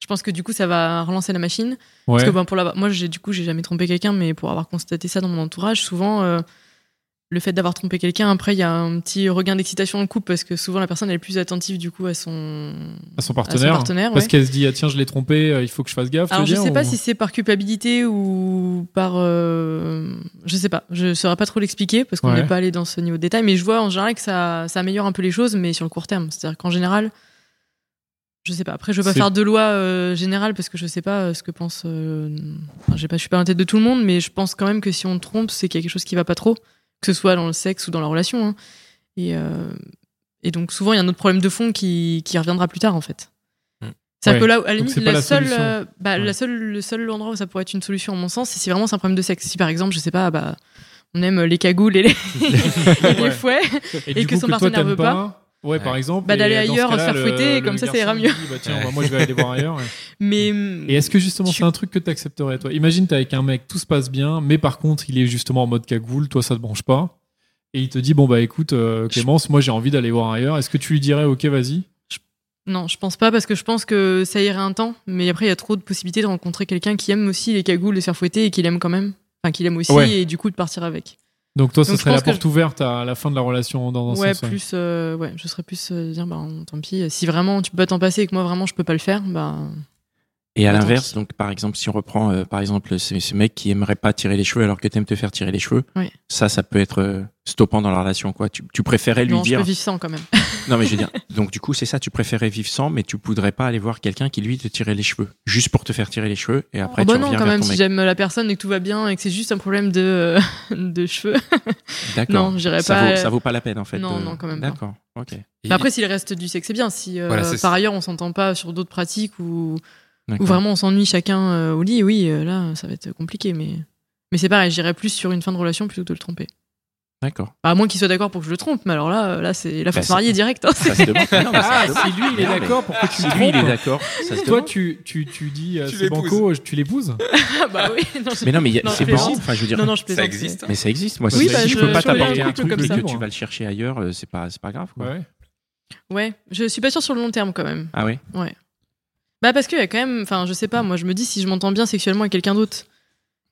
S4: Je pense que du coup, ça va relancer la machine. Parce que ben, pour la... moi, j'ai du coup, j'ai jamais trompé quelqu'un, mais pour avoir constaté ça dans mon entourage, souvent, euh, le fait d'avoir trompé quelqu'un, après, il y a un petit regain d'excitation en couple parce que souvent la personne elle est plus attentive du coup à son.
S3: à son partenaire,
S4: À son partenaire,
S3: parce
S4: ouais.
S3: qu'elle se dit ah, tiens je l'ai trompé euh, il faut que je fasse gaffe tu
S4: Alors
S3: veux
S4: je
S3: dire,
S4: sais pas
S3: ou-
S4: si c'est par culpabilité ou par, euh, je sais pas, je saurais pas trop l'expliquer parce qu'on
S3: Ouais.
S4: n'est pas allé dans ce niveau de détail, mais je vois en général que ça, ça améliore un peu les choses, mais sur le court terme, c'est-à-dire qu'en général, je sais pas. Après, je veux pas
S3: C'est-
S4: faire de loi euh, générale parce que je sais pas euh, ce que pense. euh, enfin, j'ai pas, je suis pas dans la tête de tout le monde, mais je pense quand même que si on trompe, c'est qu'il y a quelque chose qui va pas trop, que ce soit dans le sexe ou dans la relation. hein. Et, euh, et donc souvent, il y a un autre problème de fond qui, qui reviendra plus tard en fait.
S2: Mm.
S4: C'est-à-dire
S3: Ouais.
S4: que là, où- à la
S3: Donc,
S4: limite,
S3: c'est pas
S4: la,
S3: la
S4: seule,
S3: solution.
S4: euh, bah,
S3: Ouais.
S4: la seule, le seul endroit où ça pourrait être une solution, à mon sens, c'est si vraiment c'est un problème de sexe. Si par exemple, je sais pas, bah, on aime les cagoules et les, et les
S3: Ouais.
S4: fouets,
S3: et,
S4: que son
S3: toi,
S4: partenaire
S3: t'aimes
S4: veut
S3: ouais, par
S2: Ouais.
S3: exemple
S4: Bah,
S3: et
S4: d'aller
S3: dans ce
S4: ailleurs, se
S3: cas-là,
S4: faire
S3: le-
S4: fouetter,
S3: le
S4: comme ça, ça
S3: garçon
S4: ira mieux.
S3: dit, bah, tiens, bah, moi je vais aller voir ailleurs ouais.
S4: mais mm,
S3: et est-ce que justement
S4: Tu-
S3: c'est un truc que t'accepterais toi imagine t'es avec un mec tout se passe bien mais par contre il est justement en mode cagoule toi ça te branche pas et il te dit bon bah écoute euh, Clémence moi j'ai envie d'aller voir ailleurs est-ce que tu lui dirais ok vas-y
S4: Non, je pense pas parce que je pense que ça irait un temps, mais après il y a trop de possibilités de rencontrer quelqu'un qui aime aussi les cagoules, les faire fouetter et qu'il aime quand même, enfin qu'il aime aussi
S3: Ouais.
S4: et du coup de partir avec.
S3: donc toi ce
S4: Donc, je
S3: serait la
S4: pense que
S3: porte ouverte à la fin de la relation dans un
S4: ouais,
S3: sens ouais.
S4: plus, euh, ouais, je serais plus euh, dire bah tant pis. Si vraiment tu peux pas t'en passer et que moi vraiment je peux pas le faire, bah
S1: Et à
S4: Attends.
S1: l'inverse, donc par exemple, si on reprend euh, par exemple ce, ce mec qui aimerait pas tirer les cheveux alors que t'aimes te faire tirer les cheveux,
S4: Ouais.
S1: ça, ça peut être euh, stoppant dans la relation, quoi. Tu, tu préférais lui
S4: non, je
S1: dire.
S4: peux vivre sans quand même.
S1: Non, mais je veux dire. Donc du coup, c'est ça. Tu préférais vivre sans, mais tu voudrais pas aller voir quelqu'un qui lui te tirait les cheveux, juste pour te faire tirer les cheveux, et après
S4: Oh, bah
S1: tu
S4: non,
S1: reviens
S4: quand
S1: vers
S4: même,
S1: ton
S4: si
S1: mec.
S4: j'aime la personne et que tout va bien et que c'est juste un problème de, de cheveux.
S1: D'accord.
S4: Non, j'irais
S1: Ça
S4: pas,
S1: Vaut,
S4: euh,
S1: ça vaut pas la peine en fait.
S4: non,
S1: de-
S4: non, quand même pas.
S1: D'accord. Ok.
S4: Mais Bah, après, s'il reste du sexe, c'est bien. Si euh,
S2: Voilà, c'est ça.
S4: par ailleurs on s'entend pas sur d'autres pratiques ou
S1: D'accord.
S4: Ou vraiment on s'ennuie chacun euh, au lit, oui, euh, là ça va être compliqué, mais, mais c'est pareil, j'irais plus sur une fin de relation plutôt que de le tromper. Bah,
S1: D'accord.
S4: À moins qu'il soit d'accord pour que je le trompe, mais alors là, euh, là c'est la
S1: Bah,
S4: force
S1: c'est-
S4: mariée direct. hein,
S1: Ça
S4: c'est-
S1: se demande. Non, mais ça
S3: ah
S1: se demande.
S3: si lui il est
S1: Non, mais-
S3: d'accord pour que tu
S1: Si lui
S3: me
S1: il est
S3: trompes, hein
S1: d'accord, ça se
S3: toi
S1: demande.
S3: tu, tu, tu dis euh,
S2: Tu
S3: c'est banco tu l'épouses
S4: Ah, bah oui, non, je-
S1: Mais non, mais il y a-
S4: Non,
S1: c'est
S4: je
S1: marrant.
S4: plaisante.
S1: Enfin, je veux dire,
S4: non, non, je
S2: Ça
S4: plaisante,
S2: existe. hein.
S1: Mais ça existe, moi.
S3: Oui,
S1: si
S3: bah,
S1: si
S3: je-
S1: je, peux pas
S3: je connais
S1: t'apporter
S3: un
S1: un
S3: truc
S1: truc
S3: comme
S1: et
S3: ça,
S1: que
S3: moi.
S1: tu vas le chercher ailleurs, euh, c'est pas, c'est pas grave. Quoi.
S3: ouais
S4: mais- Ouais, je suis pas sûre sur le long terme quand même.
S1: Ah ouais.
S4: Bah parce qu'il y a quand même, enfin je sais pas, moi je me dis si je m'entends bien sexuellement avec quelqu'un d'autre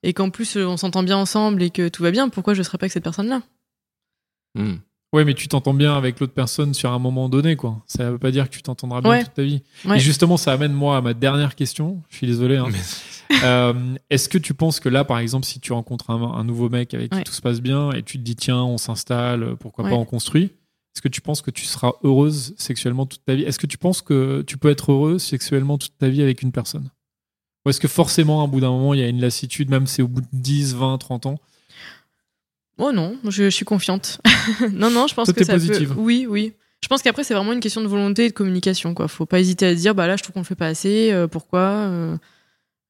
S4: et qu'en plus euh, on s'entend bien ensemble et que tout va bien, pourquoi je serais pas avec cette personne-là
S1: Hmm.
S3: Ouais, mais tu t'entends bien avec l'autre personne sur un moment donné, quoi. Ça veut pas dire que tu t'entendras bien
S4: Ouais.
S3: toute ta vie.
S4: Ouais.
S3: Et justement, ça amène moi à ma dernière question. Je suis désolé. hein. Euh, Est-ce que tu penses que là, par exemple, si tu rencontres un, un nouveau mec avec
S4: Ouais.
S3: qui tout se passe bien et tu te dis tiens, on s'installe, pourquoi
S4: Ouais.
S3: pas on construit Est-ce que tu penses que tu seras heureuse sexuellement toute ta vie Est-ce que tu penses que tu peux être heureux sexuellement toute ta vie avec une personne Ou est-ce que forcément, à bout d'un moment, il y a une lassitude, même si c'est au bout de 10, 20, 30 ans
S4: Oh non, je, je suis confiante. non, non, je pense
S3: Toi,
S4: que
S3: t'es
S4: ça peut-
S3: positive.
S4: Oui, oui. Je pense qu'après, c'est vraiment une question de volonté et de communication. Quoi. Faut pas hésiter à se dire, bah là, je trouve qu'on le fait pas assez, euh, pourquoi euh,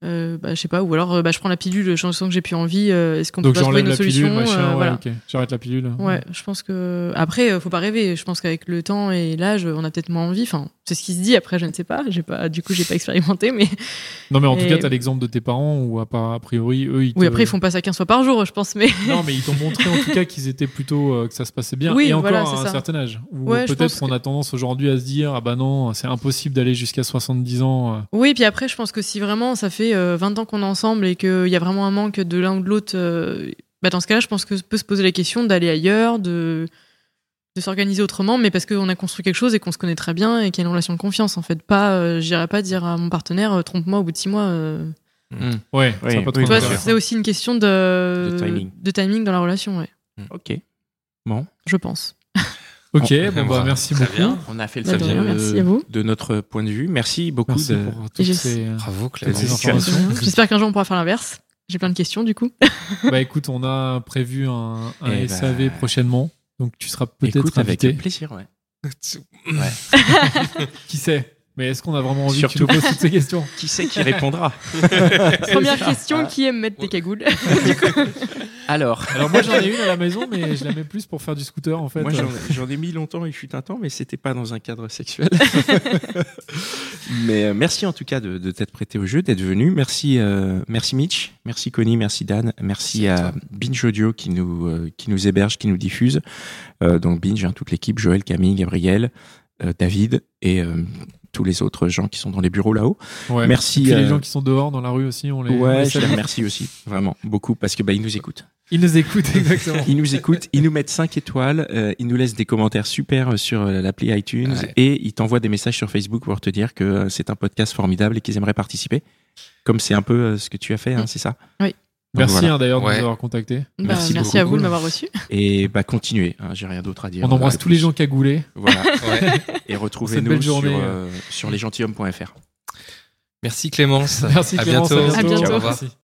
S4: euh, bah, Je sais pas, ou alors euh, bah, je prends la pilule, je sens que j'ai plus envie, euh, est-ce qu'on peut
S3: Donc
S4: pas trouver
S3: j'enlève
S4: une
S3: la
S4: solution
S3: pilule, machin,
S4: euh,
S3: ouais,
S4: voilà.
S3: ok. J'arrête la pilule.
S4: Ouais, je pense que. Après, euh, faut pas rêver. Je pense qu'avec le temps et l'âge, on a peut-être moins envie. Enfin, c'est ce qui se dit. Après, je ne sais pas. J'ai pas. Du coup, j'ai pas expérimenté. Mais
S3: Non, mais en tout
S4: Et-
S3: cas, t'as l'exemple de tes parents où, à part- a priori, eux, ils te-
S4: oui, après, ils font pas ça 15 fois par jour, je pense. Mais
S3: Non, mais ils t'ont montré en tout cas qu'ils étaient plutôt. euh, que ça se passait bien.
S4: Oui,
S3: et encore
S4: voilà,
S3: à
S4: c'est
S3: un
S4: ça.
S3: certain âge. Où
S4: Ouais, je
S3: peut-être
S4: pense
S3: qu'on
S4: que-
S3: a tendance aujourd'hui à se dire ah bah non, c'est impossible d'aller jusqu'à 70 ans. euh.
S4: Oui, puis après, je pense que si vraiment ça fait euh, 20 ans qu'on est ensemble et qu'il y a vraiment un manque de l'un ou de l'autre, euh, bah, dans ce cas-là, je pense que peut se poser la question d'aller ailleurs, de, de s'organiser autrement, mais parce qu'on a construit quelque chose et qu'on se connaît très bien et qu'il y a une relation de confiance. En fait, pas, euh, j'irai pas dire à mon partenaire, euh, trompe-moi au bout de 6 mois. euh.
S3: Ouais,
S1: Oui,
S3: ça
S1: oui,
S3: a pas trop
S4: Tu vois,
S3: d'intérêt.
S1: bien sûr.
S4: c'est aussi une question de,
S1: De timing.
S4: de timing dans la relation, ouais,
S1: Ok.
S4: je pense.
S3: Ok,
S2: On-
S3: bon, bah,
S2: voilà.
S3: merci
S2: Très
S3: beaucoup.
S2: bien.
S1: On a fait le
S4: Bah,
S1: tour
S4: de
S1: de,
S4: rien, merci à vous.
S1: de notre point de vue. Merci beaucoup.
S3: Merci
S1: de-
S3: pour toutes
S4: Et je-
S3: ces.
S2: Bravo,
S3: toutes ces
S2: Clément.
S1: Merci.
S3: informations.
S4: J'espère qu'un jour on pourra faire l'inverse. J'ai plein de questions du coup.
S3: Bah écoute, on a prévu un, un
S1: Eh
S3: SAV
S1: bah.
S3: prochainement, donc tu seras
S1: Écoute,
S3: peut-être
S1: avec
S3: invité.
S1: plaisir. ouais.
S3: Qui sait Mais est-ce qu'on a vraiment envie que tu
S1: Surtout-
S3: nous poses toutes ces questions
S1: Qui sait qui répondra
S4: Première question qui aime mettre des cagoules Du coup,
S1: Alors,
S3: Alors moi j'en ai une à la maison, mais je la mets plus pour faire du scooter en fait.
S1: Moi,
S3: Euh,
S1: j'en, j'en ai mis longtemps, il fut un temps, mais c'était pas dans un cadre sexuel. mais euh, merci en tout cas de, de t'être prêté au jeu, d'être venu. Merci, euh, merci Mitch, merci Connie, merci Dan, merci, à Binge Audio qui nous euh, qui nous héberge, qui nous diffuse. Euh, donc Binge, hein, toute l'équipe, Joël, Camille, Gabriel, euh, David et euh, tous les autres gens qui sont dans les bureaux là-haut.
S3: ouais.
S1: merci,
S3: Et puis
S1: euh,
S3: les gens qui sont dehors dans la rue aussi, on les. on les
S1: ouais, je
S3: salue.
S1: les remercie aussi vraiment beaucoup parce que bah ils nous écoutent.
S3: Ils nous écoutent exactement.
S1: Ils nous écoutent, ils nous mettent 5 étoiles, euh, ils nous laissent des commentaires super euh, sur euh, l'appli iTunes
S2: Ouais.
S1: et ils t'envoient des messages sur Facebook pour te dire que euh, c'est un podcast formidable et qu'ils aimeraient participer. Comme c'est un peu euh, ce que tu as fait, hein,
S4: Mm.
S1: c'est ça
S3: Merci
S1: voilà.
S3: hein, d'ailleurs de
S2: Ouais.
S3: nous avoir contactés.
S4: bah,
S1: Merci
S4: merci,
S1: beaucoup.
S4: à vous de m'avoir reçu.
S1: Et bah continuez, hein, j'ai rien d'autre à dire.
S3: On embrasse
S1: Euh,
S3: tous les gens cagoulés.
S1: Voilà.
S2: Ouais.
S1: Et
S3: Cette belle
S1: retrouvez-nous sur,
S3: journée,
S1: euh, sur lesgentilhommes.fr.
S2: Merci Clémence.
S3: Merci
S2: à
S3: Clémence.
S2: bientôt.
S4: À bientôt.
S2: Au revoir.
S3: Merci.